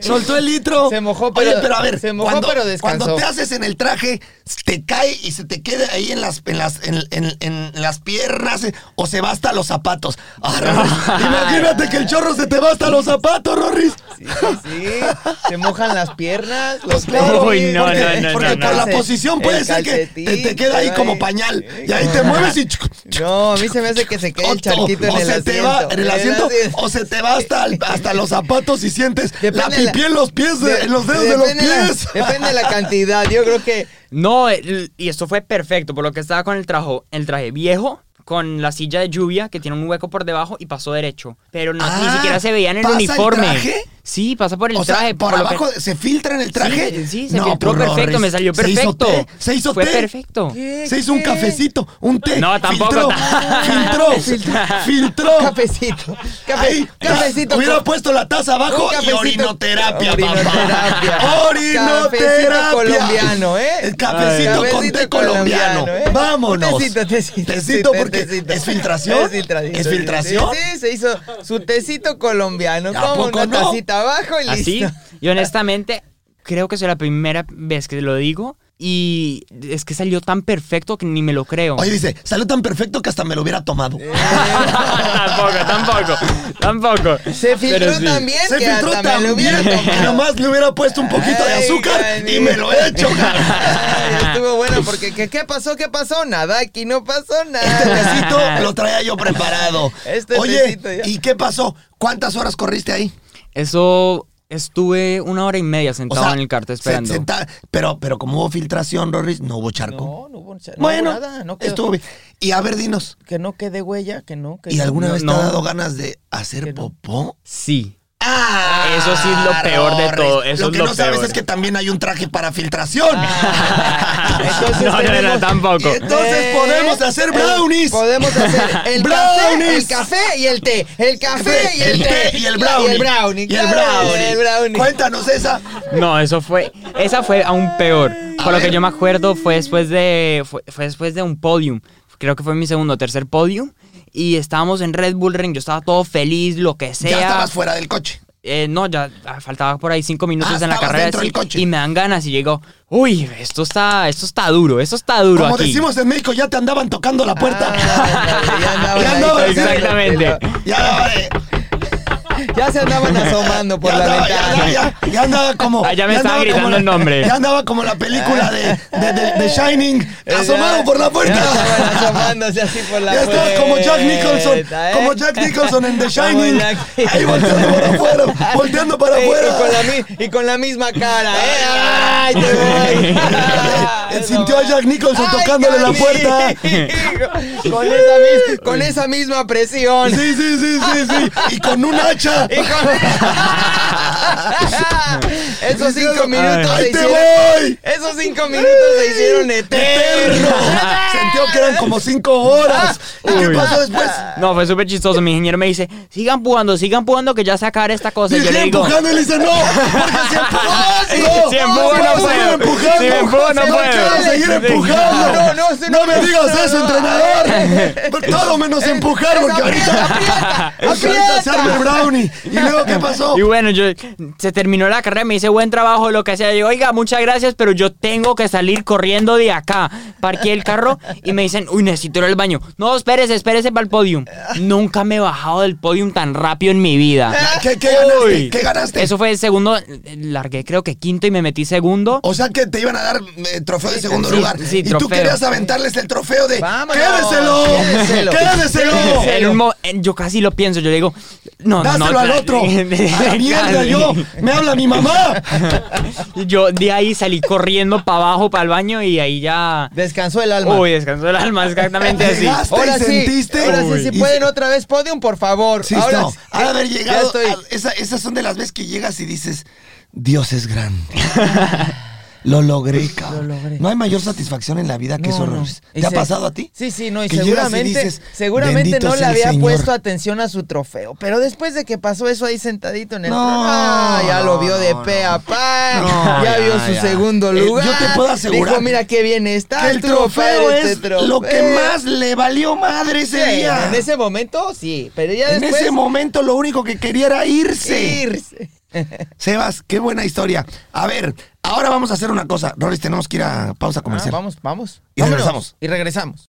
soltó el litro.
Se mojó,
Oye,
pero-
pero a ver,
se mojó,
cuando,
pero descansó.
cuando te haces en el traje, te cae y se te queda ahí en las, en las, en, en- en las piernas eh, o se va hasta los zapatos. Ah, Rory, imagínate que el chorro se te va hasta los zapatos, Rory.
Sí, sí, sí. Se mojan las piernas, los
Claro,
Uy, no,
porque,
no, no,
porque
no, no.
por la
Calce-
posición puede
el
ser que te,
calcetín,
te queda ahí
pero
como
ahí-
pañal
sí,
y ahí
como-
te mueves y
No, a mí se me hace que se quede el charquito en
o
el
se te va
asiento.
en el asiento o se te va hasta, el- hasta los zapatos y sientes la
Depende
pipí en los pies, de- en los dedos de los
depende la-
pies.
depende de la cantidad. Yo creo que
No, el- y esto fue perfecto, por lo que estaba con el trajo, el traje viejo, con la silla de lluvia que tiene un hueco por debajo y pasó derecho. Pero no, ni
Ah,
siquiera se veía en el
¿pasa el
uniforme.
traje?
Sí, pasa por el
O sea,
traje.
por,
lo que-
abajo se filtra en el traje.
Sí, sí, se
No,
filtró
por
perfecto,
Rorris.
me salió
Se hizo
perfecto.
té, Se hizo
Fue
té.
perfecto.
Se hizo un
¿Qué?
cafecito, un té.
No, tampoco
Filtró,
ta-
filtró, filtró.
Cafecito. Cafe-
Ahí,
cafecito.
Hubiera
con-
puesto la taza abajo
un
y
cafecito-
orinoterapia,
Orinoterapia.
papá. Orinoterapia.
Cafecito colombiano, ¿eh?
El cafecito
Ay.
con té
Cafecito
colombiano.
colombiano, ¿eh?
Vámonos.
Tecito, tecito.
Tecito,
Sí,
porque
tecito.
es filtración.
Es filtración.
Es filtración.
Sí, sí, se hizo su tecito colombiano.
¿A
Como
poco
una
no?
tacita abajo y
Así.
listo.
Y honestamente, creo que es la primera vez que lo digo. Y es que salió tan perfecto que ni me lo creo.
Oye, dice, salió tan perfecto que hasta me lo hubiera tomado.
tampoco, tampoco, tampoco.
Se filtró
Pero sí.
también.
Se
que
filtró
hasta me
tan
lo hubiera
bien que
tomado.
nomás le hubiera puesto un poquito de
Ay,
azúcar y
canijo.
me lo he hecho.
Ay, estuvo bueno porque ¿qué, qué pasó? ¿Qué pasó? Nada, aquí no pasó
Este
nada.
tecito lo traía yo preparado.
Este
Oye,
tecito ya.
¿y qué pasó? ¿Cuántas horas corriste ahí?
Eso estuve una hora y media sentado en el cartel
se-
esperando.
senta- pero, pero como hubo filtración, Rorris, no hubo charco.
No, no hubo, no hubo
bueno,
nada. No quedó-
estuvo bien. Y a ver, dinos,
Que no quede huella, que no. Que
¿y alguna
no,
vez
no.
te ha dado ganas de hacer
Que no.
popó?
sí.
¡Ah!
Eso sí es lo peor de todo, eso
lo
es
que
lo
no sabes
peor.
es que también hay un traje para filtración.
Ah, Entonces
no, no, no,
tenemos-
tampoco.
Entonces podemos hacer
Eh, el-
brownies.
podemos hacer el café,
Brownies.
el café y el té. El café y el, té.
y el brownie.
Y el brownie.
Y el
claro,
brownie.
el brownie.
Cuéntanos esa.
No, eso fue. Esa fue aún peor. Por lo que
ver.
yo me acuerdo fue después de. Fue, fue después de un podium. Creo que fue mi segundo o tercer podium. y estábamos en Red Bull Ring, yo estaba todo feliz, lo que sea.
Ya estabas fuera del coche.
Eh, no, ya ah, faltaba por ahí cinco minutos
Ah,
en la
estabas
carrera.
dentro
sí,
del coche.
Y me dan ganas y llego, uy, esto está, esto está duro, esto está duro.
Como
aquí".
decimos en México, ya te andaban tocando la puerta.
Ah, ya andaban
Ya
ahí
andaban,
tocando la
exactamente.
puerta.
ya, eh,
Ya se andaban asomando por
ya
la
andaba, ya,
ventana.
ya, ya, ya andaba como.
Ah, ya me estaba
andaba
gritando
como la-
el nombre.
Ya andaba como la película de, de, de- de Shining,
Eh,
asomado
ya-
por la
Ya estaban
puerta.
asomándose así por la
Ya
puerta. Eh,
estabas como Jack Nicholson, como Jack Nicholson en The Shining. Ahí volteando para afuera, volteando para
Y-
afuera.
Y Eh, con, la, mi- y con la misma cara, ¿eh? ¡Ay, te voy!
Eh, Sintió a Jack Nicholson
Ay,
tocándole la
Cami.
puerta.
con, esa mis- con esa misma presión.
Sí, sí, sí, sí, sí. Y con un hacha.
Y con- Esos cinco minutos se
¡Ahí te
hicieron.
voy!
Esos cinco minutos se hicieron
¡Eterno!
eternos.
Sintió que eran como cinco horas. ¿Y qué
Uy.
pasó después?
No, fue súper chistoso. Mi ingeniero me dice, sigan empujando, sigan empujando que ya se acaba esta cosa. Y yo
Dije
le digo,
empujando y le dice no. Porque si empujó, no,
Si empujo, no
puedo seguir empujando.
puedo. Si me empujo, no
Se va a quedar
puedo.
seguir
Sí.
empujando.
No, no, sí,
No
no,
me
no,
digas
no,
eso,
no.
entrenador. Todo menos empujar, porque ahorita.
aprieta,
Porque ahorita se arma el brownie. ¿Y luego qué pasó?
Y bueno, yo se terminó la carrera, me dice buen trabajo, lo que sea. Yo, oiga, muchas gracias, pero yo tengo que salir corriendo de acá. Parqué el carro y me dicen, uy, necesito ir al baño. No, espérese, espérese para el podium. Nunca me he bajado del podium tan rápido en mi vida.
¿Qué, qué ganaste?
Uy.
¿Qué ganaste?
Eso fue el segundo, eh, largué creo que quinto y me metí segundo.
O sea que te iban a dar eh, trofeo de segundo
sí,
lugar.
sí,
y tú
trofeo.
querías aventarles el trofeo de
Vámonos,
¡Quédeselo!
quédeselo,
¡Quédeselo!
En un mo- en- yo casi lo pienso, yo le digo, no, no, no,
¡Dáselo al
tra-
otro! ¡A la mierda yo! ¡Me habla mi mamá!
Yo de ahí salí corriendo para abajo, para el baño y ahí ya...
Descansó el alma.
Uy, descansó el alma, exactamente así.
Llegaste
Ahora
y
sí,
sentiste.
ahora
Uy.
sí, si
Y-
pueden otra vez podium, por favor.
Sí,
ahora
no.
sí.
Ha de haber
Ya
llegado.
estoy.
a- esa- esas son de las veces que llegas y dices, Dios es grande. Lo logré, cabrón.
Lo logré.
No hay mayor satisfacción en la vida que
No,
eso,
no.
Rorris.
Y
Ah, ¿Te ha
se-
pasado a ti?
Sí, sí, no, y
Que llegas
seguramente,
dices,
seguramente
"Bendito
no le
sea el
había
Señor".
puesto atención a su trofeo, pero después de que pasó eso ahí sentadito en el...
No,
Ah, ya lo vio de
no,
pe a pa,
No,
ya,
ya,
vio su
ya.
segundo
Eh, yo
lugar.
te puedo asegurar
Dijo, mira qué bien está,
Que el
estuvo
trofeo
padre
es
este
lo que
trofeo".
más le valió madre ese
Sí,
día.
En ese momento, sí, pero ya
En
después...
ese momento lo único que quería era irse.
irse.
Sebas, qué buena historia. A ver, ahora vamos a hacer una cosa. Rolis, tenemos que ir a pausa
Ah,
comercial.
vamos, vamos.
Y
Vámonos.
regresamos.
Y regresamos.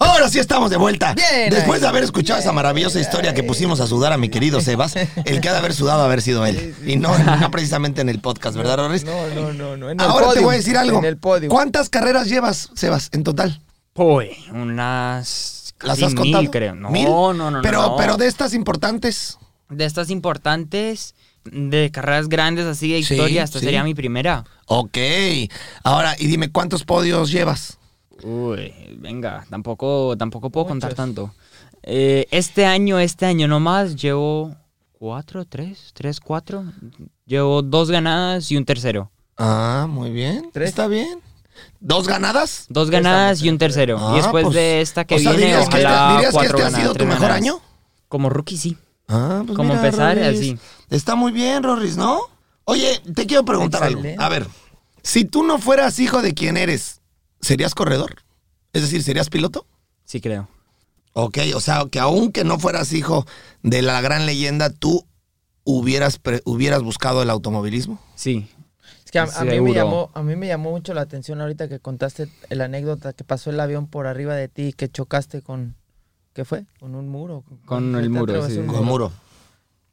Ahora sí estamos de vuelta.
Bien,
Después
ahí.
de haber escuchado esa maravillosa historia que pusimos a sudar a mi querido Sebas, el que ha de haber sudado ha haber sido él. Y no, no precisamente en el podcast, ¿verdad, Rolis?
No, no, no, no. en el
Pues, Ahora te
podio,
voy a decir algo.
En el podio.
¿Cuántas carreras llevas, Sebas, en total?
Uy, unas
¿Las
casi
has
mil,
contado?
creo. No,
¿Mil?
no, no, no,
Pero,
no.
pero de estas importantes.
De estas importantes, de carreras grandes así de
Sí,
historia, esta
sí.
sería mi primera.
Ok. Ahora, y dime, ¿cuántos podios llevas?
Uy, venga, tampoco, tampoco puedo contar tanto. Eh, este año, este año nomás, llevo cuatro, tres, tres, cuatro. Llevo dos ganadas y un tercero.
Ah, muy bien.
Tres.
Está bien. ¿Dos ganadas?
Dos ganadas y un tercero.
Ah,
y después
pues,
de esta que
o sea,
viene,
dirías que
ojalá
este- dirías que
cuatro
este ha
ganadas,
sido tu
tres
mejor
ganadas.
año.
Como rookie, sí.
Ah, pues
Como empezar,
Rorris,
así.
Está muy bien, Rorris, ¿no? Oye, te quiero preguntar algo.
Excelente.
A ver, si tú no fueras hijo de quien eres, ¿serías corredor? Es decir, ¿serías piloto?
Sí, creo.
Ok, o sea, que aunque no fueras hijo de la gran leyenda, tú hubieras, pre- hubieras buscado el automovilismo.
Sí.
Es que a, a mí me
Seguro.
llamó, a mí me llamó mucho la atención ahorita que contaste la anécdota que pasó el avión por arriba de ti y que chocaste con ¿qué fue? Con un muro.
Con el
te
muro,
atravesó
sí.
un
Con el muro.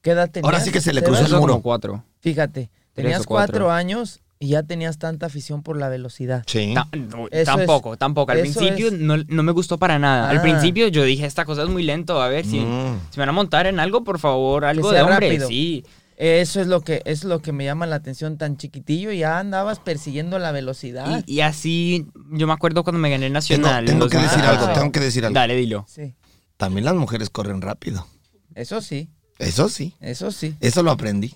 ¿Qué edad tenías?
Ahora sí que se le
Sebas?
cruzó el
Eso
muro.
como cuatro.
Fíjate, tenías
o cuatro.
cuatro años y ya tenías tanta afición por la velocidad.
Sí.
Ta- no,
Eso
tampoco, tampoco. Al
Eso
principio
es.
no, no me gustó para nada. Al
Ah.
principio yo dije, esta cosa es muy lento, a ver si,
Mm.
si me van a montar en algo, por favor, algo
sea
de hombre.
rápido.
Sí.
Eso es lo que es lo que me llama la atención tan chiquitillo y ya andabas persiguiendo la velocidad.
Y, y así, yo me acuerdo cuando me gané el
Ah. Tengo,
Nacional.
tengo
los
que decir
mil-
algo,
Ah.
tengo que decir algo.
Dale, dilo.
Sí.
También las mujeres corren rápido.
Eso sí,
Eso sí.
eso sí.
Eso lo aprendí.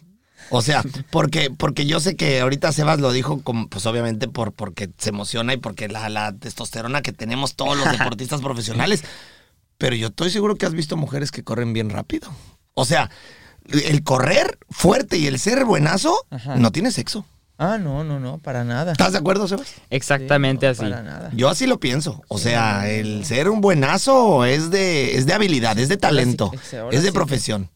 O sea, porque, porque yo sé que ahorita Sebas lo dijo, como, pues obviamente por, porque se emociona y porque la, la testosterona que tenemos todos los deportistas profesionales. Pero yo estoy seguro que has visto mujeres que corren bien rápido. O sea, el correr fuerte y el ser buenazo
Ajá.
no tiene sexo.
Ah, no, no, no, para nada.
¿Estás de acuerdo, Sebas?
Exactamente
Sí, no,
así.
Para nada.
Yo así lo pienso. O sea, el ser un buenazo es de, es de habilidad, es de talento,
Ahora sí, ahora
es de
sí.
profesión.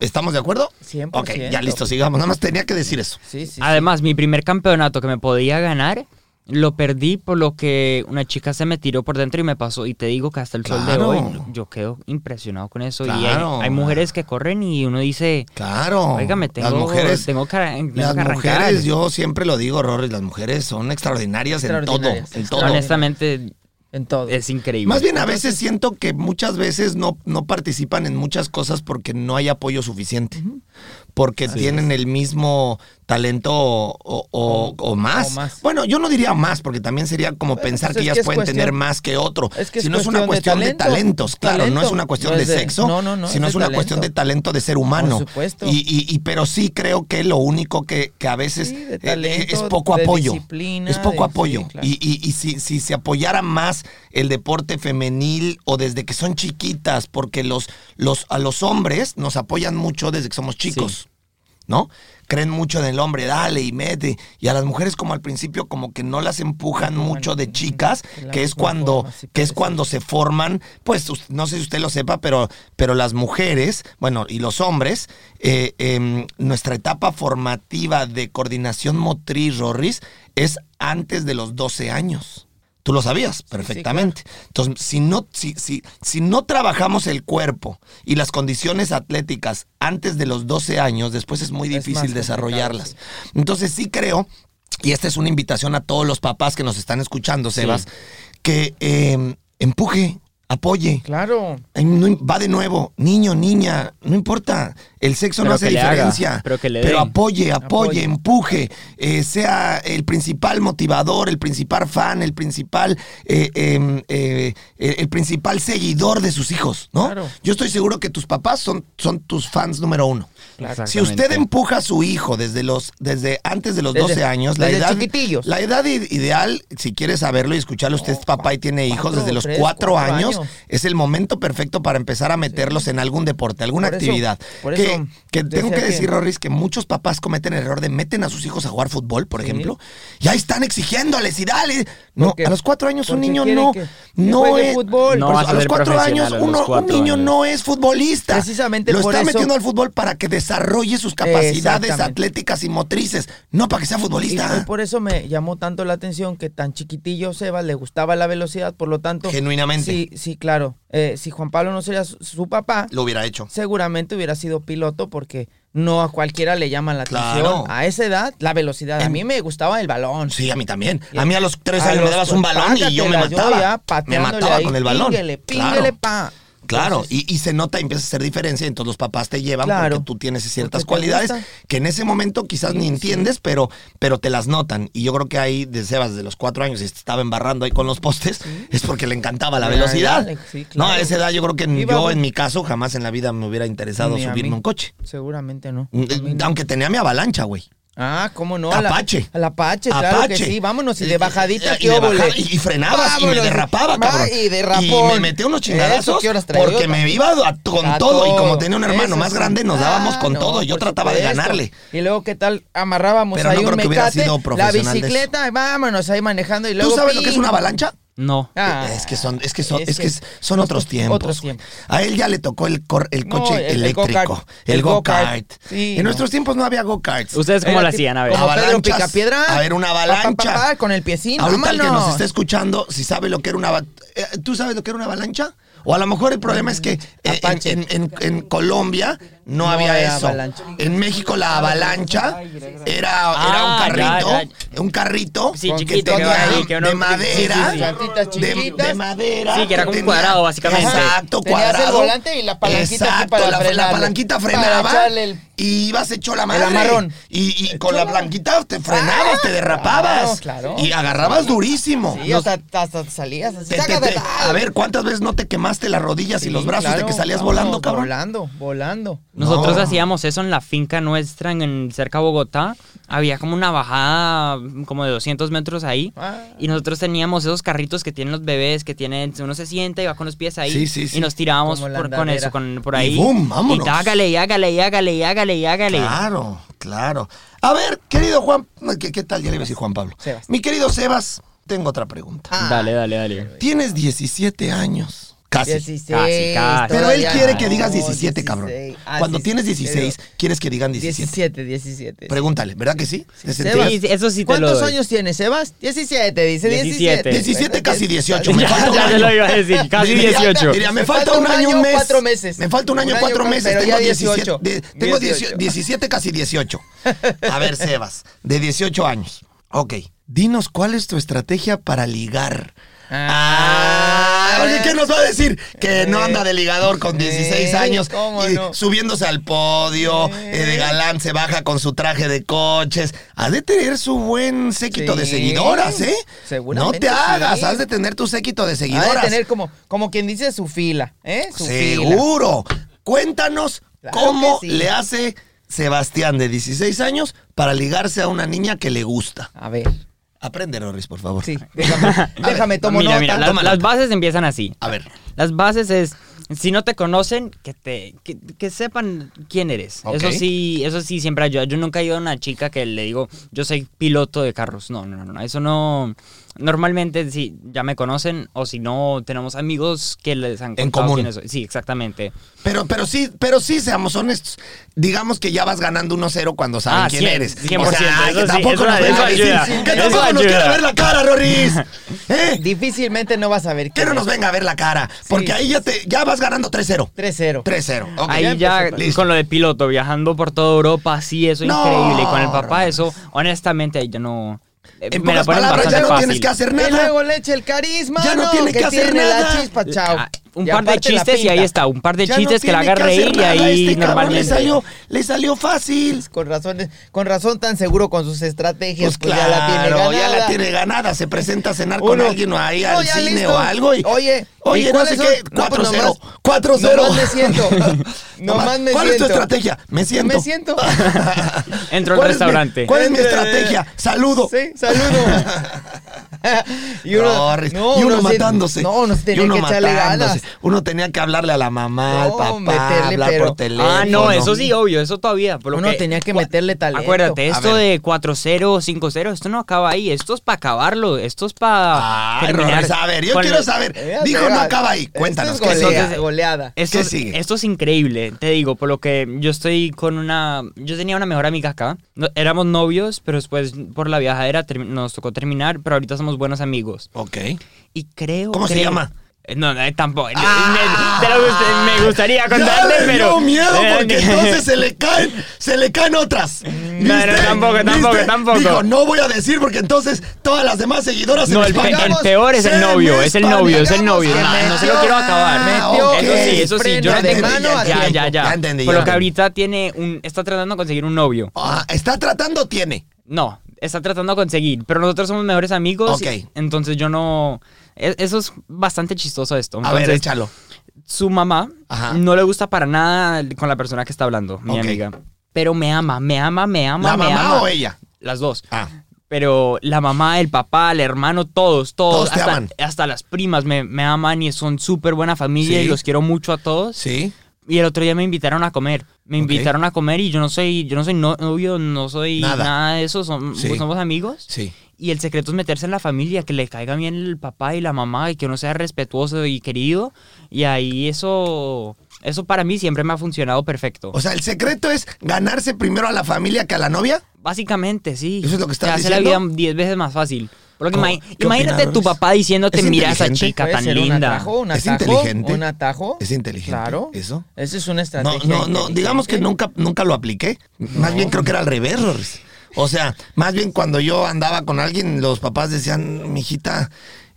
¿Estamos de acuerdo?
100%.
Ok, ya listo, sigamos. Nada más tenía que decir eso.
Sí, sí.
Además, mi primer campeonato que me podía ganar, lo perdí por lo que una chica se me tiró por dentro y me pasó. Y te digo que hasta el sol de
Claro.
hoy yo quedo impresionado con eso. Y hay,
Claro.
hay mujeres que corren y uno dice,
Claro.
oiga, me tengo,
las mujeres,
tengo que, arran- tengo
las
que arrancar.
mujeres, yo siempre lo digo, Rory, las mujeres son extraordinarias, en
Extraordinarias,
todo, en todo.
extraordinarias.
Honestamente,
En todo.
es increíble.
Más bien, a veces siento que muchas veces no, no participan en muchas cosas porque no hay apoyo suficiente. Porque tienen el mismo talento o, o- o- o más.
o más.
Bueno, yo no diría más, porque también sería como
Bueno,
pensar
pues
que
es
ellas
que es
pueden tener
cuestión-
más que otro.
es que es
si no es una
cuestión
cuestión
de
de,
talento.
talentos, claro, no es
Talento,
una cuestión
no
de,
es de-
sexo,
no, no, no,
sino
es
es
de
una
talento.
cuestión de talento de ser humano.
Por supuesto.
Y, y- y- pero sí creo que lo único que, que a veces
Sí, de
eh,
talento,
es poco
de
apoyo.
disciplina,
Es poco
de-
apoyo.
sí, claro.
Y, y, y si, si se apoyara más el deporte femenil o desde que son chiquitas, porque los, los, a los hombres nos apoyan mucho desde que somos chicos, ¿no? Creen mucho en el hombre, dale y mete. Y a las mujeres como al principio como que no las empujan mucho de
ujú,
chicas,
de la
que es
misma
cuando,
forma, sí
que es
parece.
cuando se forman, pues us- no sé si usted lo sepa, pero, pero las mujeres, bueno, y los hombres, eh, em, nuestra etapa formativa de coordinación motriz, Rorris, es antes de los 12 años. Tú lo sabías perfectamente. Entonces, si no, si, si, si no trabajamos el cuerpo y las condiciones atléticas antes de los 12 años, después es muy
Es más
difícil
complicado,
desarrollarlas. Entonces sí creo, y esta es una invitación a todos los papás que nos están escuchando, Sebas, que eh, empuje, apoye.
Claro.
Ay, no- va de nuevo, niño, niña, no importa. El sexo no
Pero
hace
que le haga,
diferencia.
pero que le dé.
apoye, apoye,
Apoye.
empuje. eh, sea el principal motivador, el principal fan, el principal, eh, eh, eh, eh, el principal seguidor de sus hijos, ¿no?
Claro.
Yo estoy seguro que tus papás son, son tus fans número uno.
Exactamente.
Si usted empuja a su hijo desde los desde antes de los
Desde-
12 años, la
desde
edad
chiquitillos.
la edad i- ideal, si quiere saberlo y escucharlo usted es papá y tiene hijos
cuatro,
desde los
tres,
4
cuatro
años,
años.
es el momento perfecto para empezar a meterlos en algún deporte, alguna
Por eso-
actividad.
por
que,
eso
que tengo
decía
que decir,
que-
Rorris, que muchos papás cometen el error de meten a sus hijos a jugar fútbol, por ejemplo, y ahí están exigiéndoles y dale. No,
Porque-
a los 4 años un
porque
niño
quieren
no
que- que
no
juegue
es
fútbol.
No
por
vas
eso,
a
a los
ser
4
profesional
años
a los
uno, un
cuatro
niño
años.
no es futbolista.
Precisamente
lo
por
está
eso-
metiendo al fútbol para que desarrolle sus capacidades
Exactamente.
atléticas y motrices, no para que sea
Y
futbolista.
fue por eso me llamó tanto la atención que tan chiquitillo Sebas le gustaba la velocidad, por lo tanto.
Genuinamente.
Sí, sí, claro. Eh, si Juan Pablo no sería su, su papá,
Lo hubiera hecho.
seguramente hubiera sido piloto porque no a cualquiera le llama la atención.
Claro.
A esa edad, la velocidad. A
En-
mí me gustaba el balón.
Sí, a mí también. A mí a los tres
A
años me
los- pues,
dabas un balón y yo me
págatela,
mataba.
ya
me
pateándole
mataba
ahí,
con el balón.
pínguele,
Claro.
pínguele, pa.
Claro,
Entonces,
y, y se nota y empieza a hacer diferencia, entonces los papás te llevan
Claro.
porque tú tienes ciertas
Porque te
cualidades
gusta.
que en ese momento quizás
Sí,
ni
sí.
entiendes, pero, pero te las notan. Y yo creo que ahí de Sebas, de los cuatro años, y se estaba embarrando ahí con los postes, es porque le encantaba la
Ya,
velocidad.
dale, sí,
No, a
claro.
esa edad yo creo que n-
Iba
yo
muy-
en mi caso jamás en la vida me hubiera interesado
Ni a
subirme
mí.
a un coche.
Seguramente no.
Mm, eh, Aunque tenía mi avalancha, güey.
Ah, cómo no.
Apache.
La, la Apache, claro que
Apache.
sí. Vámonos. Y
Eh,
de bajadita,
eh,
¿qué
y, de
óvole?
bajada, y, y frenabas y me
Vámonos.
derrapaba,
Va,
cabrón.
Y
Y
derrapón.
me metía unos
Eso,
chingadazos
¿qué horas traía?
porque me iba a- con
A
todo. Y como tenía un hermano
Eso
más
sí.
grande, nos
Ah,
dábamos con
no,
todo. y Yo
por
trataba de
supuesto.
ganarle.
Y luego, ¿qué tal? Amarrábamos
Pero no
ahí
creo
un
que hubiera
mecate,
sido
la
profesional de eso.
bicicleta, y vámonos ahí manejando y luego...
¿Tú sabes lo
¡pim!
que es una avalancha?
No.
Ah,
es que son, es que son,
es
es que
que
es- son otros
otros-
tiempos.
otros
güey.
tiempos.
A él ya le tocó el, cor- el
No,
coche
el- el
eléctrico,
go-kart.
el
El
go-kart.
go-kart. Sí,
en
no.
nuestros tiempos no había go-karts.
¿Ustedes cómo
Era
lo
tipo-
hacían? A ver.
Como Pedro
Avalanchas.
Picapiedra.
A ver, una
Pa, pa,
avalancha.
pa, pa, con el piecito,
Ahorita el que nos
vámonos.
está escuchando, si sabe lo que era una ava- eh, ¿Tú sabes lo que era una avalancha? O a lo mejor el problema es que eh, en,
Apache.
en- en- en Colombia no,
No
había
había
eso.
avalancha.
En México la avalancha era, era un
Ah,
carrito,
ya,
un carrito
Sí,
con
chiquito,
que
que
tenía
ahí,
que uno-
de madera,
sí, sí, sí.
Llantitas
de- De,
chiquitas.
madera.
Sí, que era como un
tenía-
cuadrado, básicamente.
Exacto,
Tenías el
cuadrado.
volante y la palanquita aquí
Exacto,
para
la, la
frenarlo.
palanquita
Para
frenaba
echarle el-
y ibas hecho la madre.
amarrón. Ah,
Y, y con la palanquita te frenabas, te derrapabas.
claro, claro.
Y agarrabas durísimo.
Sí, hasta, hasta salías así.
Te- te-
sácate,
te-
ah.
a ver, ¿cuántas veces no te quemaste las rodillas y los
Sí,
brazos de
claro,
que salías
vámonos,
volando, cabrón?
Volando, volando.
Nosotros
No.
hacíamos eso en la finca nuestra, en, en- cerca de Bogotá. Había como una bajada como de 200 metros ahí.
Ah.
Y nosotros teníamos esos carritos que tienen los bebés, que tienen, uno se sienta y va con los pies ahí.
Sí, sí, sí.
Y nos tirábamos
Como la
por- con
andadera.
eso, con, por
Y
ahí.
boom, vámonos. Ah.
Y hágale, y hágale, y hágale, y hágale, y hágale.
Claro, claro. A ver, querido Juan. ¿Qué, qué tal? Ya le iba a decir Juan Pablo.
Sebas. Ah,
Mi querido Sebas, tengo otra pregunta.
Dale, dale, dale.
Tienes 17 años. Casi.
16.
Casi, casi.
Pero él
Ah, todavía
quiere
no,
que digas 17, cabrón.
16. Ah,
Cuando
sí,
tienes
sí,
16,
pero-
quieres que digan 17.
17, 17.
Pregúntale, ¿verdad que sí? ¿Te
Sí,
sentías?
Sebas,
Sí, eso sí te
¿Cuántos
lo doy.
años tienes, Sebas? 17, dice 17.
17.
17, casi 18. Me
Ya,
falta un
ya te lo
año.
iba a decir, casi
Diría-
18.
Diría, me falta un año, un mes.
cuatro meses.
Me falta un año,
Un año,
cuatro
pero
meses.
ya
Tengo
18.
17, de- tengo
18.
17, casi 18. A ver, Sebas, de 18 años. Ok. Dinos cuál es tu estrategia para ligar.
Ah.
Ah, oye, ¿qué nos va a decir? Que no anda de ligador con 16
Eh,
años.
¿cómo
y
no?
Subiéndose al podio, eh, de galán se baja con su traje de coches. Ha de tener su buen séquito de
Sí,
seguidoras, ¿eh? No
seguramente
te
sí.
hagas, has de tener tu séquito de
Ha de
seguidoras.
tener como, como quien dice su fila, ¿eh? Su fila.
Seguro. Cuéntanos
Claro
cómo
que sí.
le hace Sebastián de 16 años para ligarse a una niña que le gusta.
A ver,
Aprende, Norris, por favor.
sí, déjame, déjame tomo
mira,
nota.
mira, las,
toma
las
nota.
bases empiezan así.
A ver.
Las bases es, si no te conocen, que te que, que sepan quién eres.
Ok.
Eso sí, eso sí siempre ayuda. Yo nunca he ido a una chica que le digo, yo soy piloto de carros. No, no, no, no, eso no. Normalmente si ya me conocen o si no tenemos amigos que les han contado
En común.
quiénes soy. Sí, exactamente.
Pero, pero sí, pero sí, seamos honestos. Digamos que ya vas ganando 1-0 cuando saben
Ah,
quién
cien,
eres.
cien
o
por
sea,
ciento,
ay,
eso
que
sí,
tampoco
eso-
nos venga
eso
a decir,
ayuda,
sí, que
eso
tampoco nos
ayuda.
quiera ver la cara, Rorris. ¿Eh?
Difícilmente no vas a ver
Que
quién
no nos
es.
venga a ver la cara. Porque
Sí,
ahí ya te, ya vas ganando 3-0.
3-0.
3-0. ok.
Ahí
ya
ya,
empezó. Listo.
con lo de piloto, viajando por toda Europa, sí, eso es
No,
increíble. Y con el papá,
no.
eso, honestamente, ahí yo no. eh,
En
me la
pocas
ponen
palabras, ya
bastante
no
fácil.
tienes que hacer
Y
nada.
luego le eche el carisma.
Ya no tiene que hacer nada. Eh,
la chispa, chao.
Ah, Un
Y
par de
aparte la
chistes y ahí
pinta.
está, un par de
Ya no
chistes que la
tiene
haga
hacer
reír y
nada,
ahí
este cabrón
normalmente.
Le salió, le salió fácil.
Con razón, con razón tan seguro con sus estrategias.
Pues
Pues, ya la tiene
claro,
ganada.
ya la tiene ganada. Se presenta a cenar con
Uno.
alguien o ahí
No,
al
ya
cine
listo.
o algo. Y,
Oye,
oye,
¿y
no sé
cuáles son?
qué.
No, pues
4-0.
nomás-
4-0.
nomás me siento. Nomás me
¿Cuál es tu
siento.
estrategia? Me siento.
Me siento.
Entro al
¿Cuál es mi-
restaurante.
¿Cuál es mi
Entre-
estrategia? Saludo.
eh, Sí, saludo. y
Norris. y uno
sí-
matándose.
No, uno sí tenía
Y uno
que echarle
matándose.
ganas.
Uno tenía que hablarle a la mamá,
No,
al papá,
meterle,
hablar por
pero-
teléfono.
Ah, no, eso sí, obvio, eso todavía. por lo
Uno tenía que
cua-
meterle talento.
Acuérdate,
A
esto
ver.
de 4-0, 5-0, esto no acaba ahí. Esto es para acabarlo, esto es para.
Ay, Rorris, a ver, yo quiero saber.
Eh,
Dijo,
Sebas,
no acaba ahí.
esto
Cuéntanos.
es
¿qué
golea-
sigue?
Entonces,
goleada.
Esto,
¿Qué
es-
sigue?
esto es increíble, te digo, por lo que yo estoy con una... Yo tenía una mejor amiga acá, no- éramos novios, pero después por la viajadera termi- nos tocó terminar, pero ahorita somos buenos amigos.
Ok.
Y creo...
¿Cómo se
creo-
llama?
Eh, No, no, eh, tampoco. eh,
Ah.
me, te lo gust- me gustaría contarte,
ya le
pero...
dio miedo
eh,
porque entonces se le caen, se le caen otras.
no, tampoco, tampoco, tampoco.
Dijo, no voy a decir porque entonces todas las demás seguidoras se
No,
me
el, pe- el
españaron.
peor es
Se
el novio,
me
es el novio, es el novio.
españaron.
No,
que
no se lo quiero acabar.
Ah,
Metió
ok.
Eso sí, eso sí, yo
freno
no
Ya
de
tengo...
entendí,
mano a
Ya,
tiempo.
ya,
Ya
ya.
entendí,
Por
ya
lo que
entendí.
ahorita tiene un... Está tratando de conseguir un novio.
Ah, está tratando, tiene.
No, está tratando de conseguir, pero nosotros somos mejores amigos.
Ok.
y- entonces yo no... e- Eso es bastante chistoso esto.
A ver,
Entonces,
échalo.
Su mamá
Ajá.
no le gusta para nada con la persona que está hablando, mi
Ok.
amiga. Pero me ama, me ama, me ama,
¿La
me
mamá
ama.
o ella?
Las dos.
Ah.
Pero la mamá, el papá, el hermano, todos, todos.
Todos te
hasta,
aman.
hasta las primas me, me aman y son súper buena familia
Sí.
y los quiero mucho a todos.
Sí.
Y el otro día me invitaron a comer. Me
Ok.
invitaron a comer y yo no soy, yo no soy no- novio, no soy
Nada.
nada, de eso. son-
Sí.
Somos amigos.
Sí.
Y el secreto es meterse en la familia, que le caiga bien el papá y la mamá y que uno sea respetuoso y querido. Y ahí eso, eso para mí siempre me ha funcionado perfecto.
O sea, el secreto es ganarse primero a la familia que a la novia.
Básicamente, sí.
¿Eso es lo que estás
Te hace la
diciendo?
vida 10 veces más fácil. Por lo que
¿Cómo?
ima-
¿Qué
imagínate
opinas,
tu
Luis?
papá diciéndote,
¿Es
mira a esa
inteligente?
chica
Puede
tan
ser Un
linda.
atajo, un
¿Es
atajo,
inteligente?
Un atajo.
Es inteligente,
Claro.
¿eso?
Esa es una
No,
estrategia.
no, no,
inteligente.
digamos que nunca, nunca lo apliqué. Más bien creo que era al revés, Rorris. O sea, más bien cuando yo andaba con alguien, los papás decían, mijita,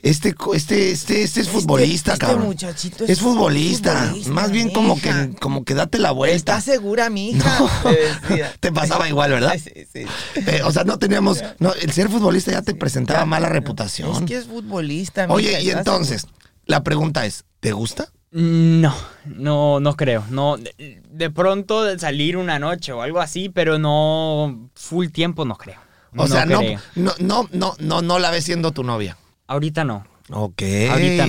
este, co- este, este, este es futbolista,
este
cabrón.
muchachito
es,
es
futbolista.
futbolista,
Más bien como
mija.
que, como que date la vuelta.
¿Estás segura, mi hija?
No. Te pasaba igual, ¿verdad?
Sí, sí.
Eh, o sea, no teníamos, no, el ser futbolista ya te presentaba mala reputación.
Es que es futbolista,
Oye,
mija,
y
¿estás
entonces, la pregunta es, ¿te gusta?
No, no, no creo. No, de, de pronto de salir una noche o algo así, pero no full tiempo no creo.
O sea, no,
creo.
no, no, no, no, no la ves siendo tu novia.
Ahorita no.
Ok.
Ahorita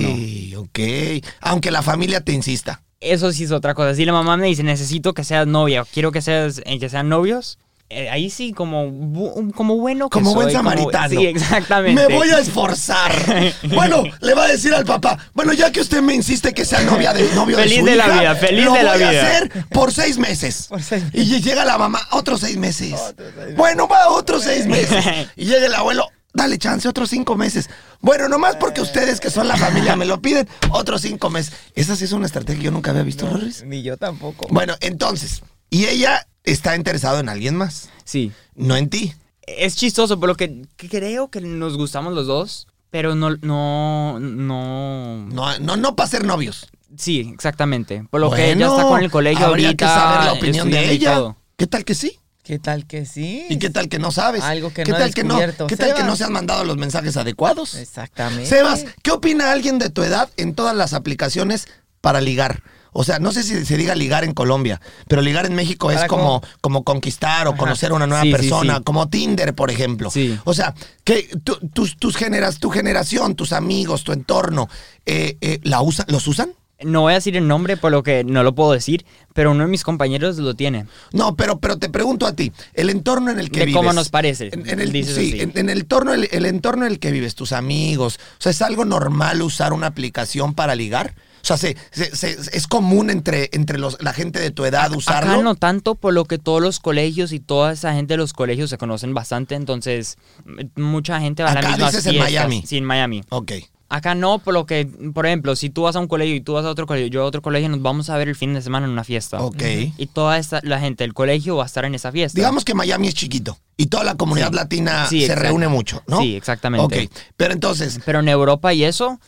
Ok. Aunque la familia te insista.
Eso sí es otra cosa. Si la mamá me dice, necesito que seas novia, o quiero que seas, eh, que sean novios, eh, ahí sí, como, bu- como bueno que
Como buen
soy,
samaritano.
sí, exactamente.
Me voy a esforzar. Bueno, le va a decir al papá, bueno, ya que usted me insiste que sea novia del novio de
Feliz
su
de la
hija,
vida, feliz
lo
de la
voy a
vida".
hacer por seis meses.
Por seis
Y lle- llega la mamá, otros seis meses. Bueno, va, otros seis meses. Y llega el abuelo, dale chance, otros cinco meses. Bueno, nomás porque ustedes que son la familia me lo piden, otros cinco meses. Esa sí es una estrategia que yo nunca había visto, Rorris.
Ni yo tampoco.
Bueno, entonces, y ella está interesada en alguien más,
Sí.
no en ti.
Es chistoso, por lo que creo que nos gustamos los dos, pero no, no, no.
No, no, no para ser novios.
Sí, exactamente. Por lo que
Bueno,
ella está con el colegio
habría
ahorita.
que saber la opinión de
estudiando y
ella.
todo.
¿Qué tal que sí?
¿Qué tal que sí?
¿Y qué tal que no sabes?
Algo que
¿Qué
no he
tal que no,
descubierto,
¿Qué tal que
Sebas?
no se han mandado los mensajes adecuados?
Exactamente.
Sebas, ¿qué opina alguien de tu edad en todas las aplicaciones para ligar? O sea, no sé si se diga ligar en Colombia, pero ligar en México es
Para
como, como conquistar o conocer a una nueva
Sí, sí,
persona,
sí.
como Tinder, por ejemplo.
Sí.
O sea, que tu- tus, tus generas, tu generación, tus amigos, tu entorno, eh, eh, ¿la usa- ¿los usan?
No voy a decir el nombre, por lo que no lo puedo decir, pero uno de mis compañeros lo tiene.
No, pero, pero te pregunto a ti, el entorno en el que
De
vives.
cómo nos parece,
En, en el,
dices
sí,
así.
en- en el, entorno, el, el entorno en el que vives, tus amigos. O sea, ¿es algo normal usar una aplicación para ligar? O sea, ¿se, se- se- es común entre, entre los, la gente de tu edad usarlo?
Acá no tanto, por lo que todos los colegios y toda esa gente de los colegios se conocen bastante, entonces m- mucha gente va a
Acá
las mismas
dices en
fiestas.
Miami.
Sí, en Miami.
Ok.
Acá no, por lo que, por ejemplo, si tú vas a un colegio y tú vas a otro colegio, yo a otro colegio, nos vamos a ver el fin de semana en una fiesta.
Ok.
Y toda esta, la gente del colegio va a estar en esa fiesta.
Digamos que Miami es chiquito y toda la comunidad latina
Sí,
se
exacto.
reúne mucho, ¿no?
Sí, exactamente.
Ok, pero entonces,
Pero en Europa y eso,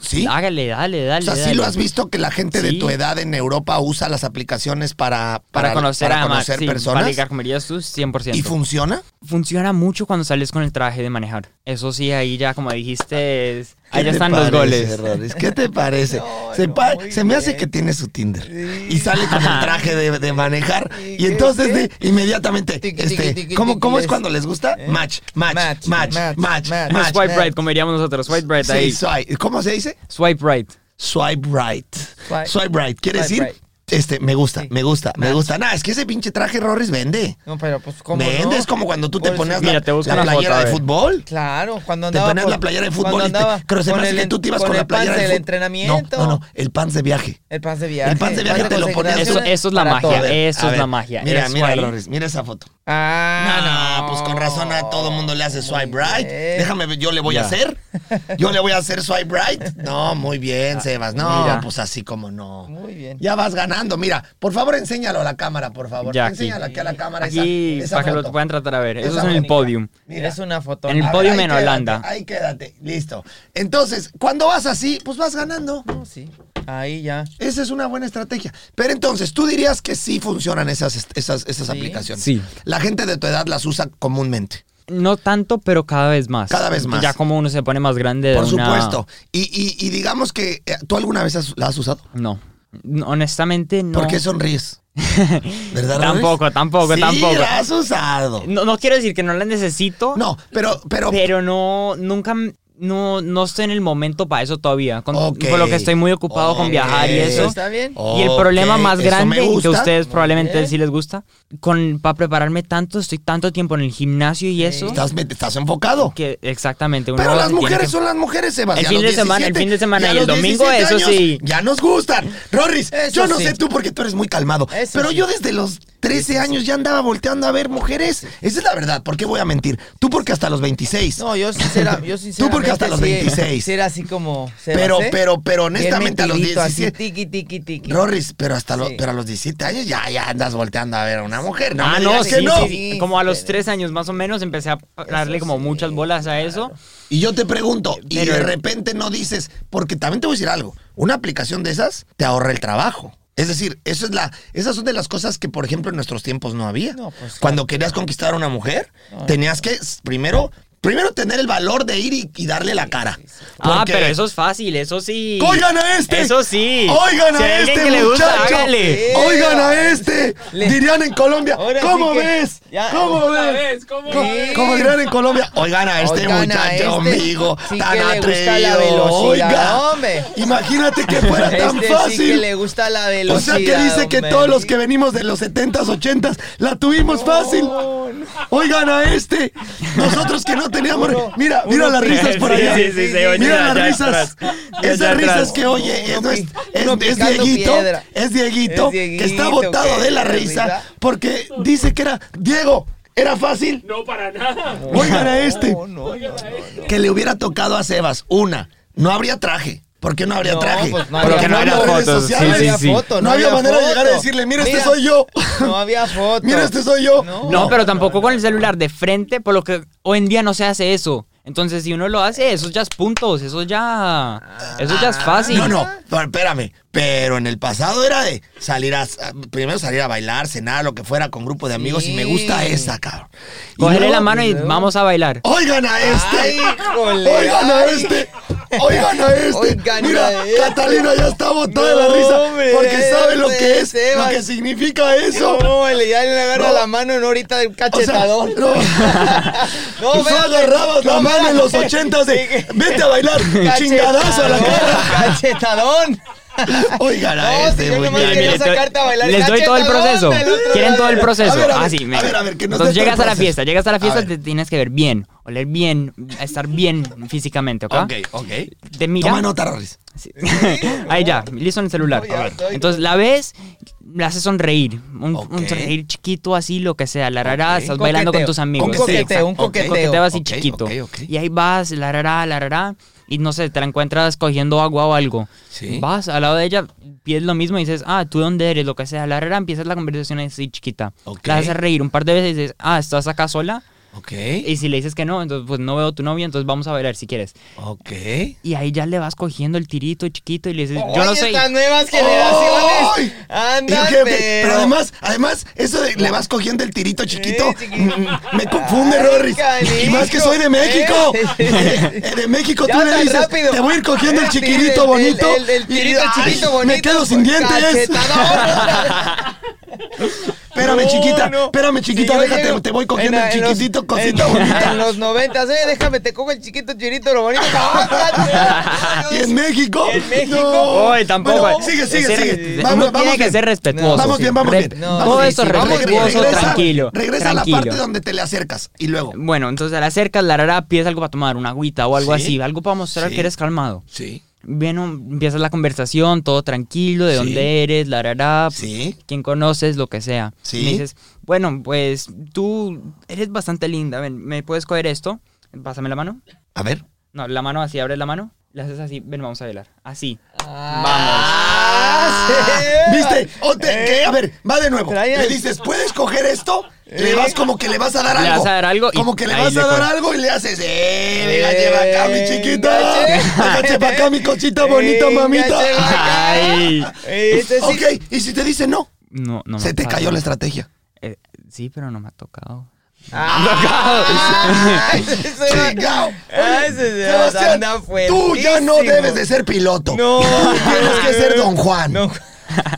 ¿sí?
hágale, dale,
O
dale.
sea, sí
dale.
lo has visto que la gente de
Sí.
tu edad en Europa usa las aplicaciones para,
Para, conocer
para
a Max,
conocer
sí,
personas.
Para ligar con ellas, tú, 100%.
¿Y funciona?
Funciona mucho cuando sales con el traje de manejar. Eso sí, ahí ya, como dijiste, es-
¿Qué
ahí ya
te
están los
parece,
goles.
Rorris? ¿Qué te parece?
No,
se
no,
pa-
muy
se me hace
bien.
que tiene su Tinder.
Sí.
Y sale con el traje de, de manejar.
¿Y
Y
qué,
entonces
qué?
de- inmediatamente,
Tiqui, tiqui,
este,
tiqui,
¿cómo,
tiqui,
cómo es
les-
cuando les gusta?
¿Eh?
Match, match, match,
Match,
match,
match,
match,
match.
match.
Swipe
match.
right, como diríamos nosotros, swipe right
Ah, Sí,
ahí.
swipe. ¿Cómo se dice?
Swipe right.
Swipe right.
Swipe-
Swipe right. Quiere
Swipe
decir,
right.
este, me gusta,
Sí.
me gusta, me
Match.
gusta. Nah, es que ese pinche traje Rorris vende.
No, Pues, pero pues como.
vende, es como cuando tú te ponías
Mira,
la,
te busco
la
una foto,
playera
a
de
ver.
fútbol.
Claro, cuando
Te
andaba.
ponías
por-
la playera de
cuando
fútbol y te,
andaba
pero se me
con
hace
el
que
en-
tú te ibas con, la
el
playera
pants
de
del
fut-
entrenamiento.
No, no, no, el pan de viaje.
El pan de viaje.
El pan de viaje
Pan
te lo ponías.
concentración.
Eso- eso es la
Para
magia. eh.
todo.
A ver,
eso
a
es
ver,
la magia,
Mira,
eso
mira,
ahí.
Loris, mira esa foto.
Ah,
No, no, pues con razón a todo mundo le hace swipe
Muy
right.
bien.
Déjame, ver, yo le voy a
Ya.
hacer. Yo le voy a hacer swipe right. No, muy bien, Sebas. No,
Ah, mira.
pues así como no.
Muy bien.
Ya vas ganando, mira. Por favor, enséñalo a la cámara, por favor.
Ya, aquí.
Enséñalo aquí a la cámara. esa-
Aquí,
esa
para que
foto.
lo puedan tratar a ver. Eso
Esa
es en el
bonita.
podium.
Mira.
Es una foto. Ah,
En el
A ver,
podium
ahí
en
quédate,
Holanda.
Ahí quédate, listo. Entonces, cuando vas así, pues vas ganando.
No, sí. Ahí ya.
Esa es una buena estrategia. Pero entonces, ¿tú dirías que sí funcionan esas, est- esas, esas
Sí.
aplicaciones?
Sí.
La gente de tu edad las usa comúnmente.
No tanto, pero cada vez más.
Cada vez más.
Ya como uno se pone más grande. de
Por
una-
supuesto. Y, y- y digamos que, eh, ¿tú alguna vez has- la has usado?
No. No, Honestamente, no.
¿Por qué sonríes? ¿Verdad? Rubén?
Tampoco, tampoco,
Sí,
tampoco.
la has usado.
No, no quiero decir que no la necesito.
No, pero, pero,
Pero no, nunca, m- no, no estoy en el momento para eso todavía. Con,
Ok.
Por lo que estoy muy ocupado
Ok.
con viajar y eso.
¿Está bien?
Y el
Ok,
problema más
eso me
grande que
gusta.
a ustedes probablemente
bien.
sí les gusta, con para prepararme tanto, estoy tanto tiempo en el gimnasio y eso.
Estás, met- estás enfocado.
Que exactamente. uno
Pero las
tiene
mujeres
que-
son las mujeres, Sebastián.
El fin de semana- el fin de semana y el domingo, eso sí.
Ya nos gustan. Rorris,
Eso
yo no
sí.
sé tú porque tú eres muy calmado.
Eso
pero
sí.
yo desde los 13 años ya andaba volteando a ver mujeres. Esa es la verdad. ¿Por qué voy a mentir? Tú porque hasta los 26.
No, yo sincera, yo sinceramente.
porque hasta los
sí,
26.
sí era así como. se
Pero-
va a hacer.
pero- pero
Bien
honestamente a los
mentirito, así,
17.
Tiqui, tiqui, tiqui.
Rorris, pero hasta lo-
Sí.
pero a los 17 años ya, ya andas volteando a ver a una mujer. No,
Ah,
me
no,
digas
sí,
que no.
sí, sí. Como a los tres años más o menos empecé a darle como
sí,
muchas bolas a eso.
Y yo te pregunto, y
Pero-
de repente no dices, porque también te voy a decir algo, una aplicación de esas te ahorra el trabajo. Es decir, eso es la, esas son de las cosas que, por ejemplo, en nuestros tiempos no había.
No, pues,
Cuando querías conquistar a una mujer, tenías que s- primero, primero tener el valor de ir y, y darle la cara.
Ah,
Porque-
pero eso es fácil, eso sí.
¡Oigan a este!
Eso sí.
¡Oigan a
Si hay alguien
este,
que le gusta,
muchacho!
hágale.
¡Oigan a este!
Le-
Dirían en Colombia,
Ahora
¿cómo
sí que-
ves?
Ya,
¿Cómo
¿Cómo la
ves?
ves? ¿Cómo
¿Cómo,
ves?
cómo dirán en Colombia? Oigan a este
Oigan a
muchacho,
este
amigo,
sí
tan
que le
atrevido.
gusta la velocidad,
Oiga,
hombre.
imagínate que fuera tan
Este
fácil.
sí que le gusta la velocidad.
o sea que dice que
hombre.
todos los que venimos de los 70s, 80s, la tuvimos fácil. Oigan a este. Nosotros que no teníamos. Mira, mira las risas por
Sí,
allá.
sí, sí, se oye ya-
Mira
ya
las risas.
atrás. Ya- ya
Esas risas
atrás.
que oye, es,
Uno
no es-
pi-
es-
uno
es
picando
Dieguito.
piedra.
Es Dieguito,
Es
que está
Dieguito,
botado
que-
de la
de
risa
risa.
porque dice que era. Diego, era fácil.
No, para nada.
Oigan a este.
No, no, no.
Que le hubiera tocado a Sebas. Una, no habría traje. ¿Por qué no habría
No,
traje?
pues no
habría
Porque no habría
fotos.
redes
Sí,
sociales.
sí, sí.
No había manera de llegar a decirle, "Mira, este soy yo".
No había foto.
Mira, este soy yo.
No.
No, pero tampoco con el celular de frente, por lo que hoy en día no se hace eso. Entonces, si uno lo hace, eso ya es puntos, eso ya. Eso ya es fácil.
Ah, No, no, no, espérame. Pero en el pasado era de salir a. a- Primero salir a bailar, cenar, lo que fuera con grupo de amigos. Y me gusta esa, cabrón. Y
Cogerle
luego,
la mano y
luego-
vamos a bailar.
Oigan a este.
Ay, híjole,
oigan a
ay.
este. Oigan a este.
Oigan a
Mira,
este.
Catalina ya está botada de
No,
la risa.
hombre,
porque sabe lo
este,
que es, lo
Sebas.
que significa eso.
No, le ya le agarra
No.
la mano no ahorita el
O sea,
cachetadón.
no. pues
No,
Tú
espérate.
agarrabas la
No,
mano en los
espérate.
ochentas de
Sí.
vete a bailar, chingadazo a la cara.
Cachetadón.
Oigan a
No,
este,
si yo
muy
nomás
bien.
quería
Mire, te-
sacarte a bailar.
Les doy todo el
Cachetadón
proceso.
del otro
Quieren todo el
lado.
proceso.
A ver, a ver,
ah, sí, me-
a ver, a ver, que nos
Entonces
dé todo el
llegas a la
proceso.
fiesta, llegas a la
A
fiesta,
ver.
te tienes que ver bien, oler bien, estar bien físicamente, ¿ok?
Ok, ok.
Te mira.
Toma nota, Rorris.
Sí. Ahí ya, listo en el celular.
No, ya
A ver.
estoy.
Entonces la ves, la haces sonreír. Un, un
Ok.
sonreír chiquito, así, lo que sea. La rará, estás
Un
bailando con
coqueteo.
tus amigos.
Un
Coqueteo,
coqueteo, un
exacto.
Te
coqueteo.
coqueteo así
Ok,
chiquito.
ok, ok.
Y ahí vas, la rará, la rará. Y no sé, te la encuentras cogiendo agua o algo.
Sí.
Vas al lado de ella, pides lo mismo y dices, ah, ¿tú dónde eres? Lo que sea. La rará, empiezas la conversación así chiquita.
Ok.
La haces reír un par de veces y dices, ah, ¿estás acá sola?
Ok,
Y si le dices que no, entonces pues no veo tu novia, entonces vamos a bailar si quieres.
ok.
Y ahí ya le vas cogiendo el tirito chiquito y le dices, yo
Oye,
no sé.
Estas nuevas generaciones.
¡Ay!
Andan,
Y que me-
pero
además, además, eso de le vas cogiendo el tirito chiquito,
chiquito.
mm, me confunde,
Ay,
Rorris. Y
canijo,
más que soy de México.
¿eh?
Eh, De México
Ya
tú le
tan
dices,
rápido.
te voy a ir cogiendo el
Sí,
chiquirito
el-
bonito.
El, el- el
y,
tirito
ay,
chiquito bonito. pues,
Me quedo sin dientes.
Cachetadón.
Espérame,
No,
chiquita.
no.
Espérame, chiquita,
Si yo
déjate,
llego
te voy cogiendo
en-
el
en los-
chiquitito,
en-
cosita bonita.
En los noventas, eh, déjame, te cojo el chiquito chirito, lo bonito. ¡Ah,
¿Y en México?
¿Y en México?
Oye, tampoco. eh.
Bueno, sigue, sigue,
Ser-
sigue.
uno
Vamos,
tiene
vamos
que
bien.
ser respetuoso.
Vamos
sí.
bien, vamos bien.
Rep-
No,
todo
sí,
esto
sí, vamos bien.
respetuoso,
regresa,
tranquilo.
Regresa
tranquilo.
a la parte donde te le acercas y luego.
Bueno, entonces le acercas, la rara, pides algo para tomar, una agüita o algo
Sí.
así, algo para mostrar
Sí.
que eres calmado.
Sí.
Bueno, empiezas la conversación, todo tranquilo, de
Sí.
dónde eres, la rara,
Sí.
quién conoces, lo que sea.
Sí.
Me dices, bueno, pues tú eres bastante linda, ven, ¿me puedes coger esto? Pásame la mano.
A ver.
No, la mano así, abres la mano, le haces así, ven, vamos a bailar. Así.
Ah, sí!
Ah, ¿Viste? O te- ¿qué? A ver, va de nuevo.
Trae
Le
el-
dices, ¿puedes coger esto? Le vas como que le vas a dar algo.
Le vas a dar algo y
Como que le
ahí
vas
le
a dar
coge.
algo y le haces, ¡eh! Venga, lleva acá, mi chiquita.
Venga,
Venga, lleva acá, mi cosita bonita,
Venga, lleva
mamita.
acá.
Ay.
Este sí.
Ok, y si te dice no,
No, no me
se
ha
te
pasado.
cayó la estrategia.
Eh, sí, pero no me ha tocado.
Ah, ese se va-
Chingao.
Ah, ese se va-
Sebastián,
anda
tú ya no
fuertísimo.
debes de ser piloto.
No,
Tienes que ser Don Juan.
No.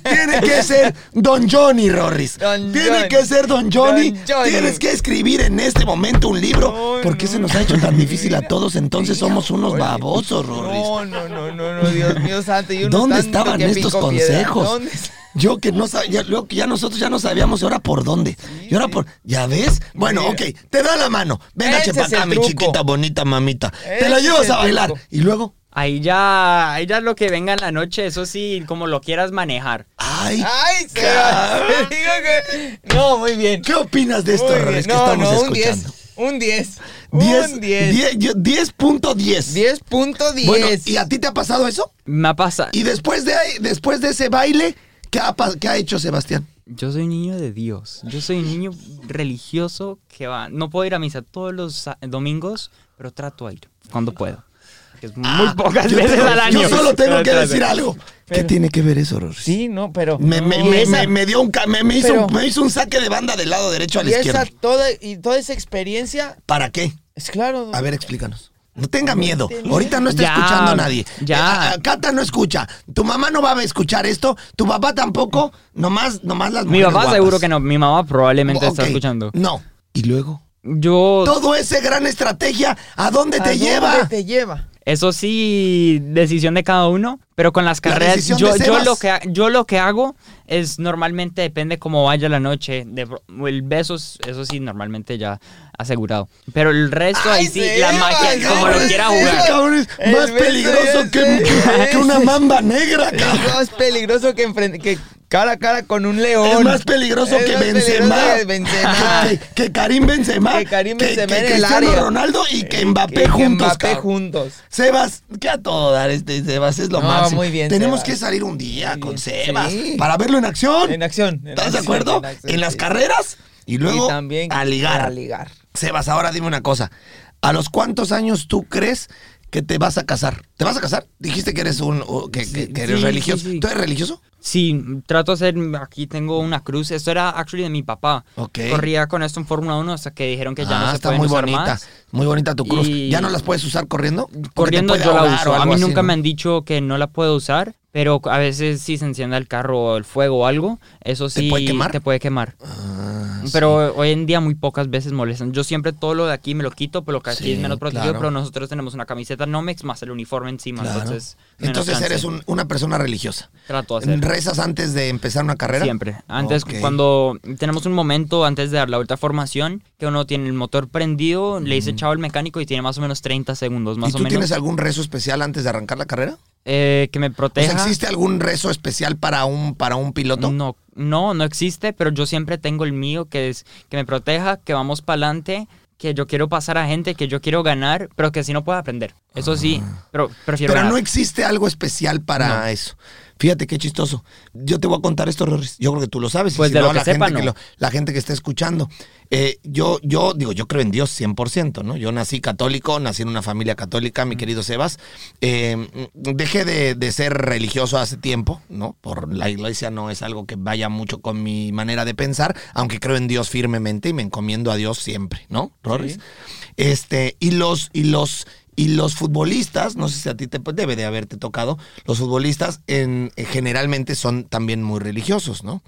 Tiene que ser Don Johnny, Rorris.
Don
Tiene
Johnny.
que ser Don Johnny.
Don Johnny.
Tienes que escribir en este momento un libro.
No,
¿Por qué
no.
se nos ha hecho tan difícil a todos? Entonces somos unos babosos, Rorris.
No, no, no, no, no, Dios mío santo. y uno
¿Dónde
tanto
estaban
que
estos
picó piedra.
consejos?
¿Dónde está?
Yo que no sabía, luego que ya nosotros ya no sabíamos y ahora por dónde. Y ahora por. ¿Ya ves? Bueno,
Mira.
ok, te da la mano. Venga,
Ese
chepa
es el
acá, mi
truco.
chiquita bonita mamita. te la
Ese es
llevas
el
a bailar.
truco.
Y luego.
Ahí ya, ahí ya lo que venga en la noche, eso sí, como lo quieras manejar.
¡Ay!
Ay, se va. Te digo que. No, muy bien.
¿Qué opinas de esto,
Muy
Rorris,
bien.
que
No,
estamos
no, un 10.
escuchando?
Un 10. Un 10.
10. 10.10.
10.10.
Bueno, ¿y a ti te ha pasado eso?
Me ha pasado.
Y después de, ahí- después de ese baile, ¿qué ha, pas- qué ha hecho Sebastián?
Yo soy un niño de Dios. Yo soy un niño religioso que va. No puedo ir a misa todos los sa- domingos, pero trato a ir cuando puedo. Es muy
Ah,
pocas
yo
veces
tengo-
al año.
Yo solo tengo
Pero
que
trato.
decir algo. ¿Qué
Pero-
tiene que ver eso, Rorris?
Sí, no, pero.
Me, me-
Y
me-
esa-
me- me dio un, ca- me, me hizo
Pero-
un- me hizo un saque de banda del lado derecho a la
Y esa
izquierda.
toda, y toda esa experiencia,
¿Para qué?
es claro.
A ver, explícanos. No tenga miedo. Ahorita no está
Ya,
escuchando a nadie.
ya.
Eh, a- a Cata no escucha. Tu mamá no va a escuchar esto. Tu papá tampoco. Nomás, nomás las
Mi
mujeres
papá
guapas.
seguro que no, mi mamá probablemente está
Ok,
escuchando.
No. Y luego.
Yo,
Todo ese gran estrategia, ¿a dónde
¿A
te lleva?
dónde te lleva?
eso sí, decisión de cada uno, pero con las
La
carreras,
decisión
yo,
de
yo,
Sebas.
lo que, ha- yo lo que hago es normalmente depende cómo vaya la noche. De, pro- el beso, es- eso sí, normalmente ya asegurado. Pero el resto,
Ay,
ahí sí,
Sebas,
la magia,
no,
como lo
sí,
quiera
sí,
jugar.
Cabrón, es
El
más
beso
peligroso
ese,
que, que
ese.
una mamba negra, cabrón.
Es más peligroso que, enfren- que cara a cara con un león.
Es más peligroso
Es
que
más
Benzema.
peligroso que Benzema.
Que, que Karim Benzema.
Que Karim Benzema
que
en el
Cristiano
área. Eh,
Ronaldo y que Mbappé
Que- que
juntos,
Mbappé
cabrón.
juntos.
Sebas, ¿qué a todo dar este Sebas? Es lo
No,
máximo.
muy bien,
Tenemos
Sebas.
que salir un día
Muy
con
bien.
Sebas
Sí.
para verlo en acción.
En acción. en
¿Estás de
acción,
acuerdo? En,
acción,
las
sí.
carreras y luego
Y también
a ligar.
A ligar.
Sebas, ahora dime una cosa. ¿A los cuántos años tú crees que te vas a casar? ¿Te vas a casar? Dijiste que eres un o que, que- que eres
sí,
religioso.
sí, sí.
¿Tú eres religioso?
Sí, trato de hacer, aquí tengo una cruz, esto era actually de mi papá.
Ok.
Corría con esto en Fórmula 1 hasta que dijeron que ya
Ah,
no se
está
pueden
muy
usar
bonita.
más.
Muy bonita tu cruz.
Y-
¿Ya no las puedes usar corriendo? Porque te
Corriendo
puede
yo la
ahogar o
uso, a
algo
mí
así,
nunca
¿no?
me han dicho que no la puedo usar, pero a veces si se enciende el carro o el fuego o algo, eso
¿Te
sí
puede quemar?
te puede quemar.
Ah,
Pero hoy en día muy pocas veces molestan. Yo siempre todo lo de aquí me lo quito, pero lo que aquí es
Sí,
menos protegido,
claro.
pero nosotros tenemos una camiseta Nomex más el uniforme encima,
claro.
entonces... menos
Entonces
chance.
eres un- una persona religiosa.
Trato de hacer.
¿Rezas antes de empezar una carrera?
Siempre. Antes,
Ok.
cuando tenemos un momento antes de dar la vuelta a formación, que uno tiene el motor prendido, le dice chao al mecánico y tiene más o menos 30 segundos,
¿Y
más
tú
o menos,
tienes algún rezo especial antes de arrancar la carrera?
eh, que me
O sea,
proteja.
¿existe algún rezo especial para un, para un piloto?
No, no, no existe, pero yo siempre tengo el mío, que es que me proteja, que vamos para adelante, que yo quiero pasar a gente, que yo quiero ganar, pero que si no puedo aprender. Eso sí, pero prefiero
Ah. Pero no
ganar.
existe algo especial para
No.
eso. Fíjate qué chistoso. Yo te voy a contar esto, Rorris. Yo creo que tú lo sabes. y
Pues de lo que
la
sepa,
gente que
no.
la gente que está escuchando. Eh, yo, yo digo, yo creo en Dios 100%, ¿no? Yo nací católico, nací en una familia católica,
Mm.
mi querido Sebas. Eh, dejé de, de ser religioso hace tiempo, ¿no? Por la iglesia no es algo que vaya mucho con mi manera de pensar, aunque creo en Dios firmemente y me encomiendo a Dios siempre, ¿no? Rorris. Este, y los, y los, y los futbolistas, no sé si a ti te pues, debe de haberte tocado, los futbolistas en, eh, generalmente son también muy religiosos, ¿no?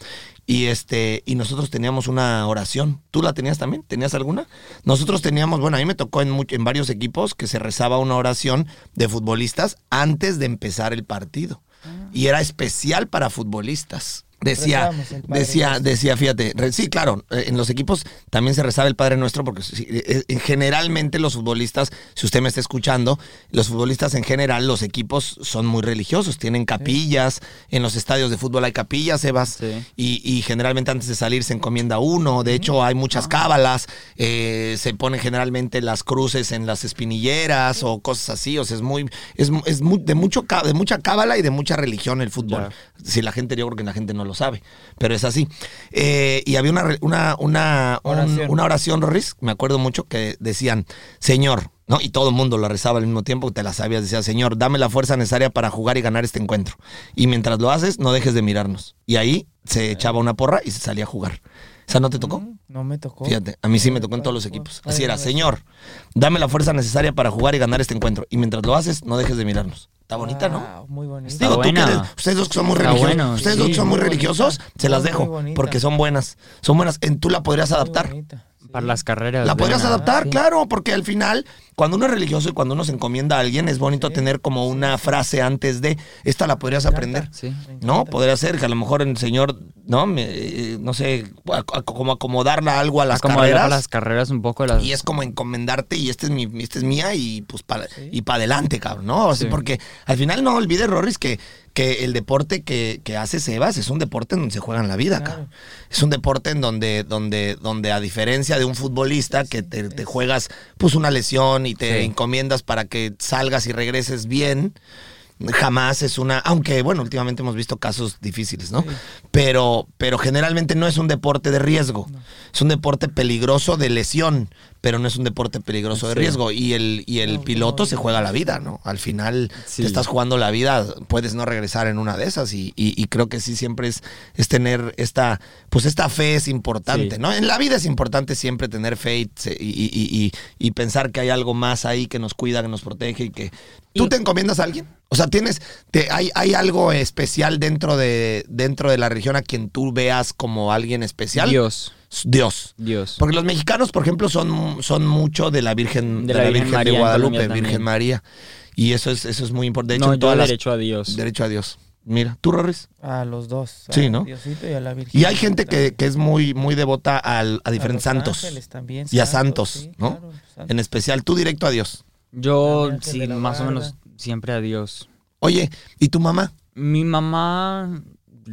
Y este y nosotros teníamos una oración. ¿Tú la tenías también? ¿Tenías alguna? Nosotros teníamos, bueno, a mí me tocó en, much- en varios equipos que se rezaba una oración de futbolistas antes de empezar el partido.
Ah.
Y era especial para futbolistas. Decía,
Rezábamos el Padre
decía,
Nuestro.
decía, fíjate, re- sí, claro, eh, en los equipos también se rezaba el Padre Nuestro, porque sí, eh, eh, generalmente los futbolistas, si usted me está escuchando, los futbolistas en general, los equipos son muy religiosos, tienen capillas, en los estadios de fútbol hay capillas, Sebas,
Sí.
y, y generalmente antes de salir se encomienda uno, de hecho hay
Ah.
muchas cábalas, eh, se ponen generalmente las cruces en las espinilleras o cosas así, o sea, es muy, es, mu- es mu- de, mucho, ca- de mucha cábala y de mucha religión el fútbol.
Ya.
Si la gente, yo creo que la gente no lo sabe, pero es así. Eh, y había una, re- una, una, un-
Oración.
una oración, Rorris, me acuerdo mucho, que decían, Señor, ¿no? Y todo el mundo lo rezaba al mismo tiempo, te la sabías, decía, Señor, dame la fuerza necesaria para jugar y ganar este encuentro. Y mientras lo haces, no dejes de mirarnos. Y ahí se echaba una porra y se salía a jugar. O sea, ¿no te tocó?
No me tocó.
Fíjate, a mí sí me tocó en todos los
Padre
equipos.
Nuestro.
Así era, Señor, dame la fuerza necesaria para jugar y ganar este encuentro. Y mientras lo haces, no dejes de mirarnos. Está bonita, ¿no?
Wow, Muy bonita.
Digo, tú que
buena.
eres- ustedes dos que son muy
Está
religiosos,
bueno,
ustedes
sí.
dos que son muy,
Muy
religiosos,
bonita.
se las
Muy
dejo
bonita.
porque son buenas, son buenas. En tú la podrías
Muy
adaptar,
bonita, sí.
Para las carreras.
la
de
podrías
una.
adaptar,
Sí.
claro, porque al final cuando uno es religioso y cuando uno se encomienda a alguien es bonito tener como una frase antes de esta la podrías aprender.
Sí.
Me encanta.
No, pues. podría ser que a lo mejor el señor, no, Me- eh, no sé, a- a- como acomodarla algo a las
Acomodarla
carreras.
para las carreras un poco. Las...
Y es como encomendarte y esta es, mi, esta es mía y pues para
Sí.
y pa' adelante, cabrón, ¿no? O sea,
Sí.
Porque al final no olvides, Rorris, que, que el deporte que, que hace Sebas es un deporte en donde se juegan la vida,
Claro.
cabrón. Es un deporte en donde, donde, donde a diferencia de un futbolista que te, te juegas pues una lesión y te
Sí.
encomiendas para que salgas y regreses bien, jamás es una, aunque bueno, últimamente hemos visto casos difíciles, ¿no? Pero, pero generalmente no es un deporte de riesgo, es un deporte peligroso de lesión, pero no es un deporte peligroso de
Sí.
riesgo. Y el, y el
No,
piloto
no,
se
no.
juega la vida, ¿no? Al final
Sí.
te estás jugando la vida, puedes no regresar en una de esas. Y, y- y creo que sí siempre es, es tener esta, pues esta fe es importante,
Sí.
¿no? En la vida es importante siempre tener fe y, se- y- y- y- y- y pensar que hay algo más ahí que nos cuida, que nos protege y que. ¿Tú
Y-
te encomiendas a alguien? O sea, tienes, te, hay, hay algo especial dentro de, dentro de la religión a quien tú veas como alguien especial.
Dios,
Dios.
Dios.
Porque los mexicanos, por ejemplo, son, son mucho de la Virgen de, la Virgen, de
María en
Guadalupe,
Colombia también.
Virgen María. Y eso es, eso es muy importante. De hecho,
no,
en
yo
todas las-
derecho a Dios.
derecho a Dios. Mira, tú, Rorris.
A los dos.
Sí,
a
¿no?
Diosito y a la Virgen.
Y hay gente que, que es muy, muy devota al- a diferentes santos. y a santos, ¿no? En especial, tú directo a Dios.
Yo,
Ángel
sí,
de la
más o
Guarda.
menos siempre a Dios.
Oye, ¿y tu mamá?
Mi mamá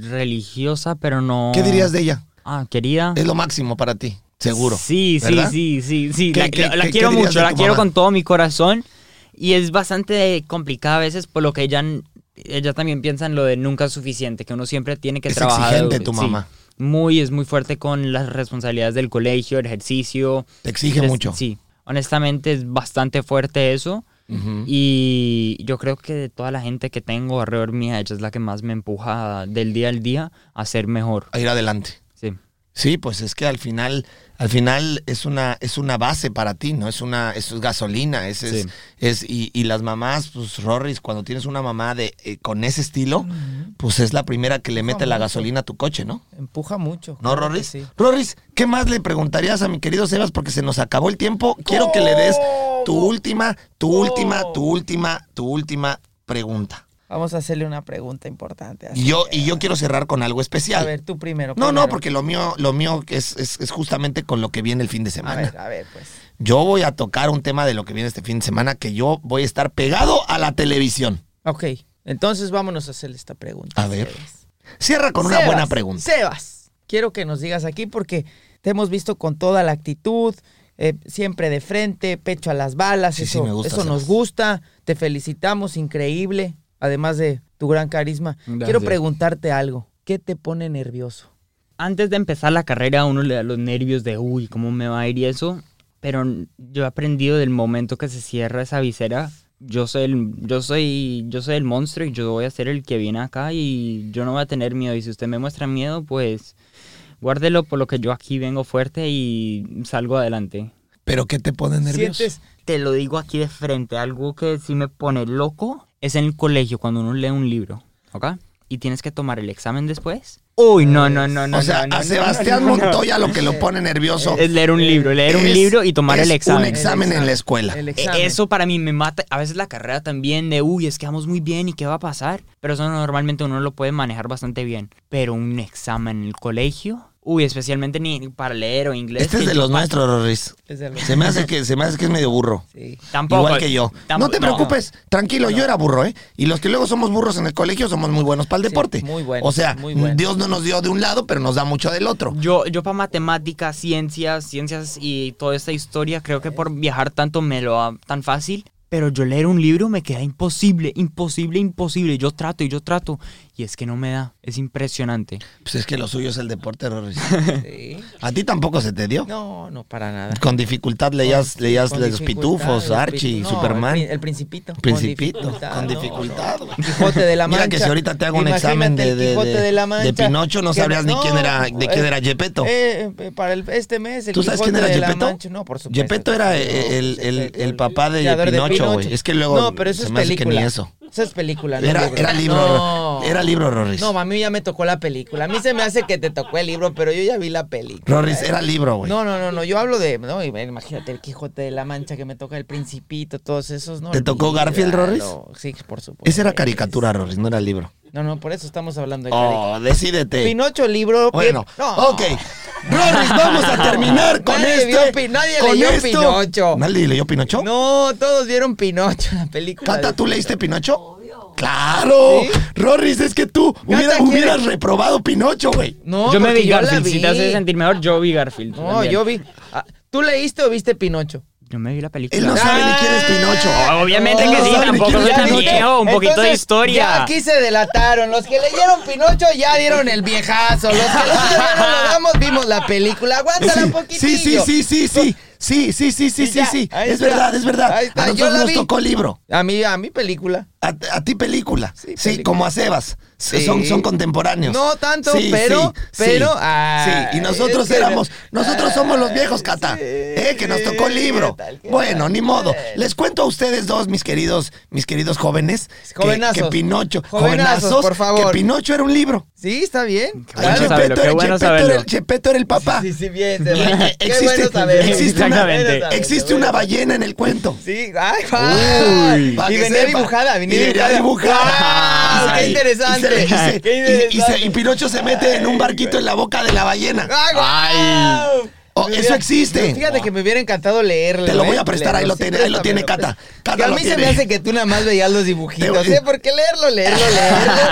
religiosa, pero no.
¿Qué dirías de ella?
Ah, querida.
Es lo máximo para ti, seguro.
Sí, sí,
¿verdad?
sí, sí, sí.
¿Qué-
La,
qué-
la- la
qué-
quiero
qué dirías
mucho,
de
la
tu
quiero
mamá?
con todo mi corazón. Y es bastante complicada a veces por lo que ella, ella también piensa en lo de nunca es suficiente, que uno siempre tiene que
Es
trabajar.
exigente tu
sí.
mamá.
muy, es muy fuerte con las responsabilidades del colegio, el ejercicio.
Te exige
Es-
mucho.
Sí, honestamente es bastante fuerte eso.
Ujú.
Y yo creo que de toda la gente que tengo alrededor mía, ella es la que más me empuja del día al día a ser mejor.
A ir adelante.
Sí.
Sí, pues es que al final, al final es una, es una base para ti, ¿no? Es una, eso es gasolina, es, es,
Sí.
es- y, y las mamás, pues Rorris, cuando tienes una mamá de eh, con ese estilo, pues es la primera que le mete la
mucho.
gasolina a tu coche, ¿no?
Empuja mucho.
¿No,
claro que
Rorris?
sí.
Rorris, ¿qué más le preguntarías a mi querido Sebas? Porque se nos acabó el tiempo. Quiero que le des tu
¿Cómo?
última, tu
¿Cómo?
última, tu última, tu última pregunta.
Vamos a hacerle una pregunta importante. así
Y yo,
que-
y yo quiero cerrar con algo especial.
A ver, tú primero.
no, no,
primero.
porque lo mío, lo mío es, es- es justamente con lo que viene el fin de
A
semana.
ver, a ver, pues.
Yo voy a tocar un tema de lo que viene este fin de semana, que yo voy a estar pegado a la televisión.
Ok, entonces vámonos a hacerle esta pregunta.
A ver.
Sebas.
Cierra con una
Sebas,
buena pregunta.
Sebas, quiero que nos digas aquí porque te hemos visto con toda la actitud, eh, siempre de frente, pecho a las balas,
Sí, sí,
eso,
me gusta,
eso nos
Sebas.
gusta, te felicitamos, increíble, además de tu gran carisma. Quiero
Gracias.
preguntarte algo, ¿qué te pone nervioso?
antes de empezar la carrera a uno le da los nervios de, uy, ¿cómo me va a ir y eso? Pero yo he aprendido del momento que se cierra esa visera, yo soy el, yo soy, yo soy el monstruo y yo voy a ser el que viene acá y yo no voy a tener miedo. Y si usted me muestra miedo, pues guárdelo por lo que yo aquí vengo fuerte y salgo adelante.
¿Pero qué te pone nervioso?
¿Sientes?
Te lo digo aquí de frente, algo que sí me pone loco es en el colegio cuando uno lee un libro, ¿ok? Y tienes que tomar el examen después. Uy, no, no, no, no.
o sea,
no, no,
a
no,
Sebastián
no, no, no.
Montoya lo que lo pone nervioso
Es leer un libro, leer un
Eh, es-
libro y tomar
es
el examen.
un examen en la escuela.
El
E-
examen.
Eso para mí me mata. A veces la carrera también de, uy, es que vamos muy bien y qué va a pasar. Pero eso normalmente uno lo puede manejar bastante bien. Pero un examen en el colegio, uy, especialmente ni para leer o inglés.
Este es
que
de
yo
los
pa-
nuestros, Rorris.
Es de los-
Se me hace que, se me hace que es medio burro.
Sí.
Tampoco.
Igual que yo.
Tampo-
no te preocupes, tranquilo, yo era burro, ¿eh? Y los que luego somos burros en el colegio somos muy buenos para el
Sí,
deporte.
muy buenos,
O sea,
muy buenos.
Dios no nos dio de un lado, pero nos da mucho del otro.
Yo, yo para matemáticas, ciencias, ciencias y toda esta historia, creo que por viajar tanto me lo da tan fácil. Pero yo leer un libro me queda imposible, imposible, imposible. Yo trato y yo trato. Y es que no me da. Es impresionante.
Pues es que lo suyo es el deporte, Rorris.
sí.
¿A ti tampoco se te dio?
No, no, para nada.
Con dificultad leías,
Con-
leías
con
los
dificultad,
pitufos,
los
Archie,
pitu- no,
Superman.
El, pri- el Principito. con
Principito,
dificultad,
con
no,
dificultad.
no.
güey.
Quijote de la Mancha.
Mira que si ahorita te hago un
Imagínate
examen de,
el
de-
Quijote
de-
de la Mancha,
de Pinocho, no
que
sabrías ni
no,
quién era, de quién
eh,
era Gepetto.
Eh, eh, para el- este mes, el
¿Tú sabes
Quijote
quién era
de la
Gepetto?
Mancha, No, por supuesto.
Gepetto era eh,
No,
el- el-
pues,
el- el papá de
creador
Pinocho, güey. Es que luego
No, pero eso
se
es
me hace que
película.
ni eso.
es película, no
era,
libro.
era libro,
No.
era libro, Rorris.
No, mami, ya me tocó la película. A mí se me hace que te tocó el libro, pero yo ya vi la película.
Rorris, era libro, güey.
No, no, no, no, yo hablo de, no, imagínate el Quijote de la Mancha que me toca el Principito, todos esos, no.
¿Te tocó Garfield, Rorris?
olvídalo. Sí, por supuesto.
Esa era caricatura, Rorris, no era libro.
No, no, por eso estamos hablando de caricatura.
Oh, decídete.
Pinocho, libro. pi-
Bueno,
no.
ok. Rorris, vamos a terminar con
Nadie
esto.
vio Pi- nadie
con
leyó
esto.
Pinocho.
¿Nadie leyó Pinocho?
No, todos vieron Pinocho, la película.
Cata,
de-
¿tú leíste Pinocho? ¡Claro!
¿Sí?
Rorris, es que tú hubiera-
quiere-
hubieras reprobado Pinocho, güey.
No,
yo me
porque
vi
la
Garfield.
vi.
Si te hace sentir mejor, yo vi Garfield.
No,
también.
yo vi. Ah, ¿Tú leíste o viste Pinocho?
Yo me vi la película.
Él no sabe ni quién es Pinocho.
Ah, obviamente
No,
que sí,
no,
tampoco
ni
soy
quién
tan
es Pinocho.
viejo, un poquito de
Entonces, Ya
historia.
aquí se delataron. Los que leyeron Pinocho ya dieron el viejazo. Los que no leyeron, lo damos, vimos la película. Aguántala un poquitillo.
Sí, sí, sí, sí, sí. Sí, sí, sí, sí,
Y
sí,
ya,
sí.
ahí
Es
está.
verdad, es verdad.
Ahí está,
A
yo
nosotros
la
nos
vi.
tocó libro.
A mí, a mi película.
A, a ti película. Sí,
Sí, película.
como a Sebas.
Sí.
Son, son contemporáneos.
No tanto,
Sí,
pero-
sí,
pero,
sí.
ah,
Sí, y nosotros
es que-
éramos, nosotros somos los viejos,
Ah,
Cata.
sí,
eh, que nos tocó
¿qué
libro.
tal, qué
Bueno,
tal?
ni modo. Les cuento a ustedes dos, mis queridos, mis queridos jóvenes, que-
Jovenazos.
que, Pinocho,
Jovenazos, por favor.
que Pinocho era un libro.
Sí, está bien.
Qué bueno
Chepeto
Claro.
saber.
era-
saberlo, qué bueno
Chepeto era-
saberlo.
Chepeto era el papá.
Sí, sí, bien.
Eh,
Sebastián.
eh,
Qué
existe-
bueno saberlo.
existe
una-
Qué bueno saberlo,
Existe
qué
una
bueno.
ballena en el cuento.
Sí, ay, va.
Uy.
Pa'
y
que
venía
sepa.
dibujada, venía
Y venía
dibujada.
dibujada.
¡Guau!
Y
¡Qué
se-
interesante!
y se- y se-
¡Qué
y- y se-
interesante! Ah,
y Pinocho se mete en un barquito en la boca de la ballena.
¡Ay, guau!
Oh,
Me
eso
hubiera-
existe.
Fíjate que me hubiera encantado leerlo.
Te lo voy
¿eh?
a prestar, ahí
Leerlo,
lo tiene,
sí,
ahí lo tiene
préstamelo,
Cata. Cata
Que a
lo
mí se me
tiene.
hace que tú nada más veías los dibujitos,
Te-
¿eh? ¿Por qué leerlo, leerlo, leerlo?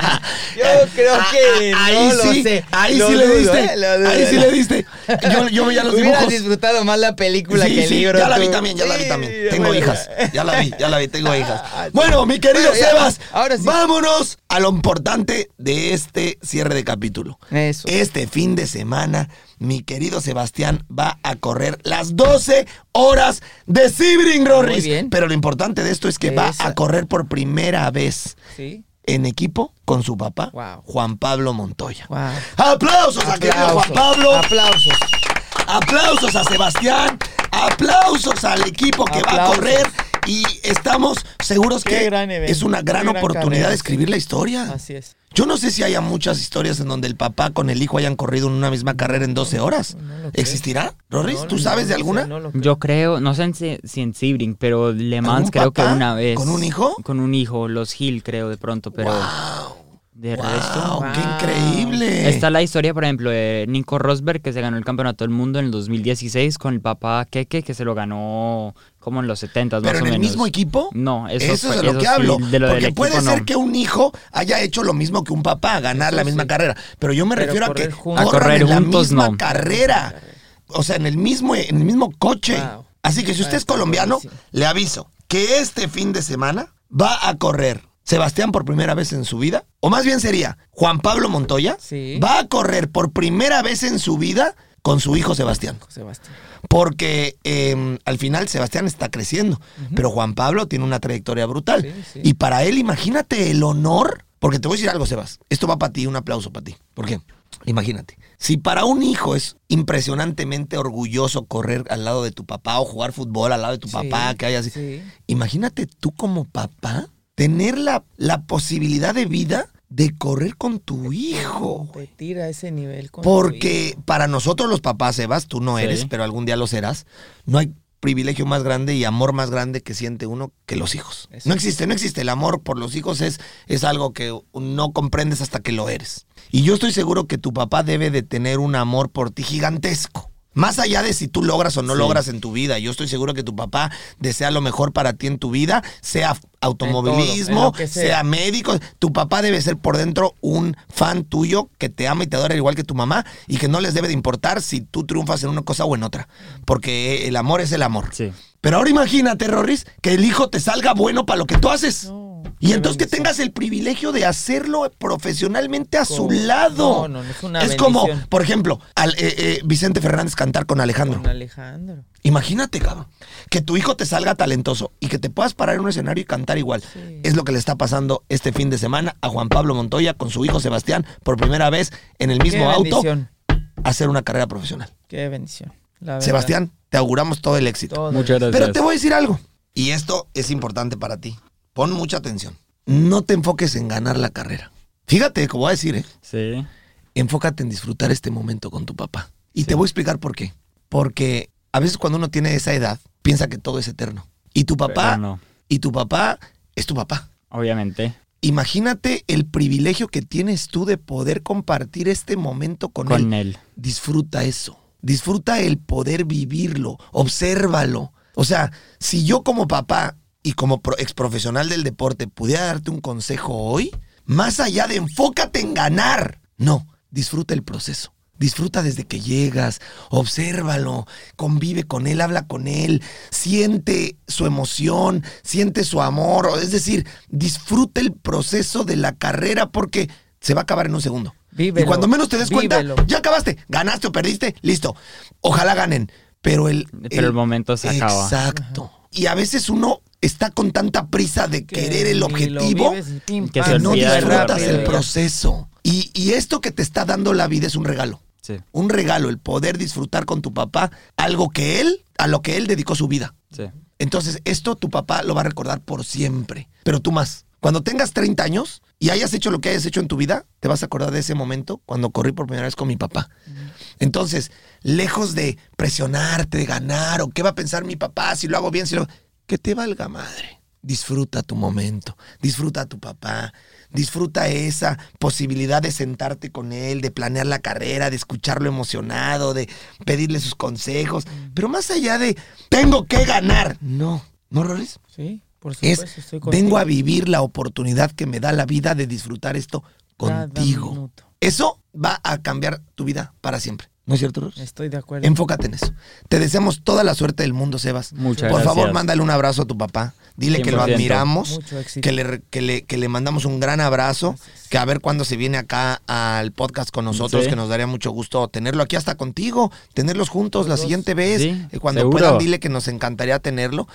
Yo creo
Ah,
que
ah,
no
ahí
lo
sí,
sé.
Ahí
Lo
sí le
dudo,
diste.
¿eh? Lo dudo,
Ahí sí
lo-
le diste. Yo, yo veía los
Hubieras
dibujos.
disfrutado más la película
Sí,
que el
sí,
libro.
ya la
tú.
vi también, ya la vi
Sí,
también.
ya
tengo
bueno.
hijas. Ya la vi, ya la vi, tengo hijas.
Ah, sí.
Bueno, mi querido
Bueno, ya,
Sebas,
ahora sí.
vámonos a lo importante de este cierre de capítulo.
Eso.
Este fin de semana, mi querido Sebastián va a correr las 12 horas de Sibring, Rorris.
bien.
Pero lo importante de esto es que va
Esa.
a correr por primera vez
Sí.
en equipo con su papá,
Wow.
Juan Pablo Montoya.
Wow.
¡Aplausos, a querido pues, Juan Pablo!
Aplausos.
Aplausos a Sebastián, aplausos al equipo que va a
Aplausos.
correr y estamos seguros
Qué
que
gran evento,
es una
qué
gran
gran
oportunidad
carrera,
de
sí.
escribir la historia.
Así es.
Yo no sé si haya muchas historias en donde el papá con el hijo hayan corrido en una misma carrera en 12 horas.
no lo creo.
¿Existirá? Rorris,
No,
¿tú
no,
sabes de
no sé,
alguna?
no lo creo.
Yo creo, no sé en si, si en Sebring, pero Le Mans
¿Algún
creo que
papá?
una vez.
¿Con un hijo?
Con un hijo, los Hill creo de pronto, pero
¡Wow!
de
wow,
resto.
¡Qué
Wow.
increíble!
Está la historia, por ejemplo, de Nico Rosberg, que se ganó el campeonato del mundo en el 2016 con el papá Keke, que se lo ganó como en los 70 más
¿Pero
o
en el
menos.
mismo equipo?
No, eso,
Eso,
fue-
es de lo
eso
que
sí,
hablo.
de lo del
Porque puede
equipo, no.
ser que un hijo haya hecho lo mismo que un papá, ganar la misma carrera. Pero yo me
Pero
refiero a
correr
que
juntos.
corran
A correr
en la
juntos,
misma
no.
carrera. O sea, en el mismo, en el mismo coche.
Wow.
Así que si usted
Wow,
es colombiano,
buenísimo.
le aviso que este fin de semana va a correr Sebastián por primera vez en su vida. O más bien sería Juan Pablo Montoya.
Sí.
Va a correr por primera vez en su vida con su hijo Sebastián.
Sebastián.
Porque eh, al final Sebastián está creciendo, pero Juan Pablo tiene una trayectoria brutal.
Sí, sí.
Y para él, imagínate el honor, porque te voy a decir algo, Sebas. Esto va para ti, un aplauso para ti. ¿Por qué? Imagínate. Si para un hijo es impresionantemente orgulloso correr al lado de tu papá o jugar fútbol al lado de tu
Sí,
papá, que haya así.
sí.
Imagínate tú como papá tener la, la posibilidad de vida de correr con tu hijo.
Competir a ese nivel. con tu
Porque para nosotros los papás, Sebas, tú no
Sí.
eres, pero algún día lo serás, no hay privilegio más grande y amor más grande que siente uno que los hijos.
Eso.
No existe, no existe. El amor por los hijos es, es algo que no comprendes hasta que lo eres. Y yo estoy seguro que tu papá debe de tener un amor por ti gigantesco. Más allá de si tú logras o no
Sí.
logras en tu vida, yo estoy seguro que tu papá desea lo mejor para ti en tu vida, sea automovilismo,
lo que sea.
sea médico. Tu papá debe ser por dentro un fan tuyo que te ama y te adora igual que tu mamá y que no les debe de importar si tú triunfas en una cosa o en otra. Porque el amor es el amor.
Sí.
Pero ahora imagínate, Rorris, que el hijo te salga bueno para lo que tú haces.
No,
y
qué
entonces que
bendición.
tengas el privilegio de hacerlo profesionalmente a su
Como-
lado.
No, no, no, es una
como,
bendición.
por ejemplo, al, eh, eh, Vicente Fernández cantar con
hijo.
Alejandro.
Con Alejandro.
Imagínate, cabrón, que tu hijo te salga talentoso y que te puedas parar en un escenario y cantar igual.
Sí.
Es lo que le está pasando este fin de semana a Juan Pablo Montoya con su hijo Sebastián por primera vez en el mismo
qué
auto
bendición.
a hacer una carrera profesional.
Qué bendición. la verdad.
Sebastián, te auguramos todo el éxito.
Todo.
Muchas gracias.
Pero te voy a decir algo. Y esto es importante para ti. Pon mucha atención. No te enfoques en ganar la carrera. Fíjate cómo voy a decir, ¿eh?
Sí.
enfócate en disfrutar este momento con tu papá. Y te voy a explicar por qué. Porque a veces cuando uno tiene esa edad, piensa que todo es eterno. Y tu papá,
Pero no,
y tu papá es tu papá.
obviamente.
Imagínate el privilegio que tienes tú de poder compartir este momento con, él.
Con él.
Disfruta eso. Disfruta el poder vivirlo. Obsérvalo. O sea, si yo como papá y como pro- exprofesional del deporte pudiera darte un consejo hoy, más allá de enfócate en ganar. No, disfruta el proceso. Disfruta desde que llegas, obsérvalo, convive con él, habla con él, siente su emoción, siente su amor, o- es decir, disfruta el proceso de la carrera porque se va a acabar en un segundo.
Vívelo,
y cuando menos te des cuenta,
vívelo.
ya acabaste, ganaste o perdiste, listo. Ojalá ganen. pero el...
Pero el momento se acaba.
Exacto. Y a veces uno está con tanta prisa de querer el objetivo
Que
que
se
no
olvida
disfrutas
rápido,
el
ya.
proceso. Y, y esto que te está dando la vida es un regalo.
Sí,
Un regalo, el poder disfrutar con tu papá algo que él, a lo que él dedicó su vida.
sí.
Entonces, esto tu papá lo va a recordar por siempre. Pero tú más. Cuando tengas 30 años y hayas hecho lo que hayas hecho en tu vida, te vas a acordar de ese momento cuando corrí por primera vez con mi papá. Entonces, lejos de presionarte, de ganar, o qué va a pensar mi papá si lo hago bien, si lo... Que te valga madre. Disfruta tu momento, disfruta a tu papá, disfruta esa posibilidad de sentarte con él, de planear la carrera, de escucharlo emocionado, de pedirle sus consejos. Pero más allá de, tengo que ganar. No, ¿no, Rolis?
Sí, por
Es,
supuesto, estoy contigo.
vengo a vivir la oportunidad que me da la vida de disfrutar esto
Cada
contigo.
minuto.
Eso va a cambiar tu vida para siempre. ¿No es cierto, Rolis?
Estoy de acuerdo.
Enfócate en eso. Te deseamos toda la suerte del mundo, Sebas.
Muchas
Por
gracias.
favor, mándale un abrazo a tu papá. Dile que lo
100%.
admiramos,
Mucho éxito.
que le, re- que, le, que le mandamos un gran abrazo, que a ver cuándo se viene acá al podcast con nosotros,
Sí.
que nos daría mucho gusto tenerlo aquí hasta contigo, tenerlos juntos la
Los dos.
siguiente vez.
Sí,
Eh, Cuando
seguro.
puedan, dile que nos encantaría tenerlo,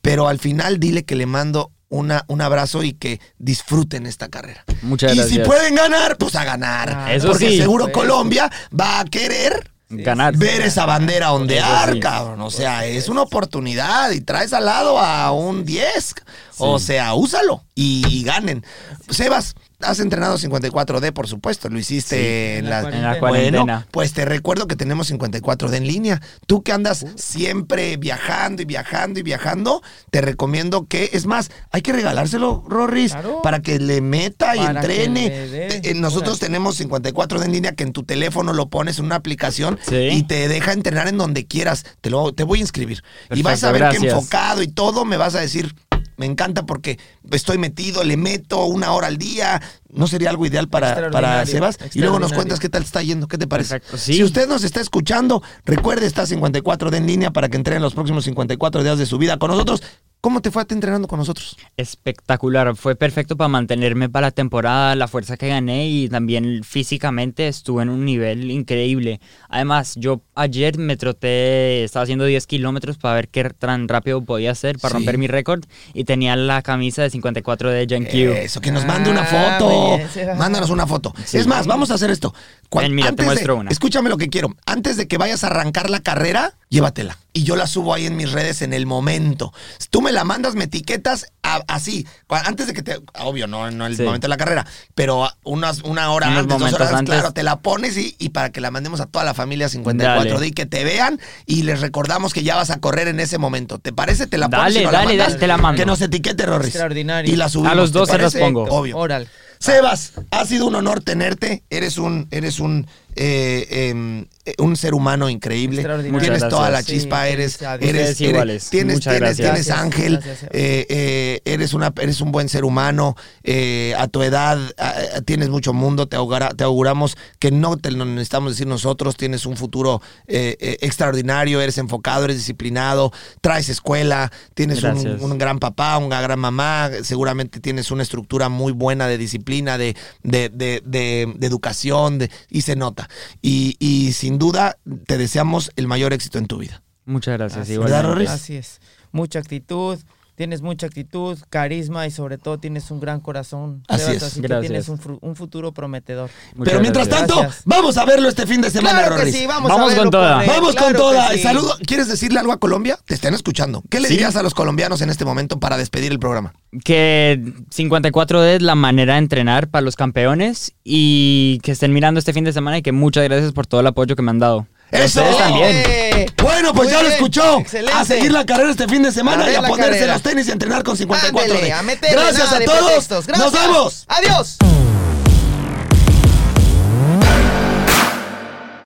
pero al final dile que le mando una, un abrazo y que disfruten esta carrera.
Muchas
y si
gracias.
pueden ganar, pues a ganar.
Ah,
Eso
porque
sí.
seguro
Pues.
Colombia va a querer
Ganar.
ver esa bandera ondear,
Eso sí.
cabrón. O sea, es una oportunidad y traes al lado a un 10. O sea, úsalo y, y ganen. Sebas, has entrenado 54D, por supuesto. Lo hiciste
Sí.
en
En
la...
la
en la
Bueno,
cuarentena.
pues te recuerdo que tenemos 54D en línea. Tú que andas
Uh.
siempre viajando y viajando y viajando, te recomiendo que, es más, hay que regalárselo, Rorris,
Claro.
para que le meta y
Para que
entrene.
le dé.
Te- eh, nosotros
Órale.
tenemos 54 en línea que en tu teléfono lo pones en una aplicación
Sí.
y te deja entrenar en donde quieras. Te, lo, te voy a inscribir. y vas a
Perfecto,
ver que
gracias.
enfocado y todo me vas a decir, me encanta porque estoy metido, le meto una hora al día. ¿No sería algo ideal para, para
Extraordinario,
Sebas? Y luego nos
extraordinario.
cuentas qué tal está yendo, qué te parece.
Perfecto, sí.
Si usted nos está escuchando, recuerde, está 54 de en línea para que entrenen los próximos 54 días de su vida con nosotros. ¿Cómo te fue a ti entrenando con nosotros?
Espectacular, fue perfecto para mantenerme para la temporada, la fuerza que gané y también físicamente estuve en un nivel increíble. Además, yo ayer me troté, estaba haciendo 10 kilómetros para ver qué tan rápido podía hacer para
Sí.
romper mi récord y tenía la camisa de 54 de Yankee.
Eso, que nos mande una
Ah,
foto.
muy bien, Seba.
Mándanos una foto.
Sí.
Es más, vamos a hacer esto. Cua-
Ven, mira, te
de-
muestro una.
Escúchame lo que quiero. Antes de que vayas a arrancar la carrera, llévatela. Y yo la subo ahí en mis redes en el momento. Tú me la mandas, me etiquetas a- así. Cua- Antes de que te. Obvio, no, no en el
Sí.
momento de la carrera, pero a- unas, una hora
Unos
antes, dos
momentos
horas
antes.
claro, te la pones y, y para que la mandemos a toda la familia 54
Dale.
d y que te vean y les recordamos que ya vas a correr en ese momento. ¿Te parece? Te la pones
Dale,
y no la
dale, dale,
mandas?
te la mando.
Que nos etiquete, Rorris.
Extraordinario.
Pues, Y la subimos.
A los
¿te
dos se los
parece?
pongo.
Obvio.
Oral.
Sebas, ha sido un honor tenerte. Eres un, eres un, eh, em, eh, un ser humano increíble.
Extraordinario.
Tienes
Muchas
toda la
gracias.
chispa.
Sí,
eres,
felicidades.
eres,
Ustedes
eres-
iguales.
tienes,
Muchas
tienes,
gracias.
tienes
Gracias,
ángel.
gracias, Sebas.
eh, eh, eres una, eres un buen ser humano. eh, a tu edad ah, ah, tienes mucho mundo. Te, augura- te auguramos que no te lo necesitamos decir nosotros. Tienes un futuro eh, eh, extraordinario. Eres enfocado, eres disciplinado. Traes escuela. Tienes un,
Gracias.
un un gran papá, una gran mamá, seguramente tienes una estructura muy buena de disciplina, de, de, de- de- de educación, de- y se nota. Y, y sin duda te deseamos el mayor éxito en tu vida.
Muchas gracias,
Así
¿Verdad,
igualmente.
Rorris?
Así es. Mucha actitud, tienes mucha actitud, carisma y sobre todo tienes un gran corazón.
Así
Sebas,
es.
que
Gracias.
tienes un, fru- un futuro prometedor.
Muchas
Pero mientras
gracias.
tanto,
Gracias.
vamos a verlo este fin de semana,
claro que
Rorris.
sí, vamos,
Vamos
a verlo,
con toda.
corre,
Vamos con
Este, claro
toda.
que sí.
Saludo. ¿Quieres decirle algo a Colombia? Te están escuchando. ¿Qué le
Sí.
dirías a los colombianos en este momento para despedir el programa?
que 54D es la manera de entrenar para los campeones y que estén mirando este fin de semana y que muchas gracias por todo el apoyo que me han dado. Y a
¡Eso!
Ustedes también.
¡Eh!
Bueno, pues
Muy
ya lo
bien,
escuchó.
excelente.
A seguir la carrera este fin de semana
A
y
ver
a
la
ponerse
carrera.
los tenis y a entrenar con 54.
Ándele,
de-
a meterle
Gracias
nada
a
de
todos.
pretextos.
Nos
Gracias.
vemos.
Adiós.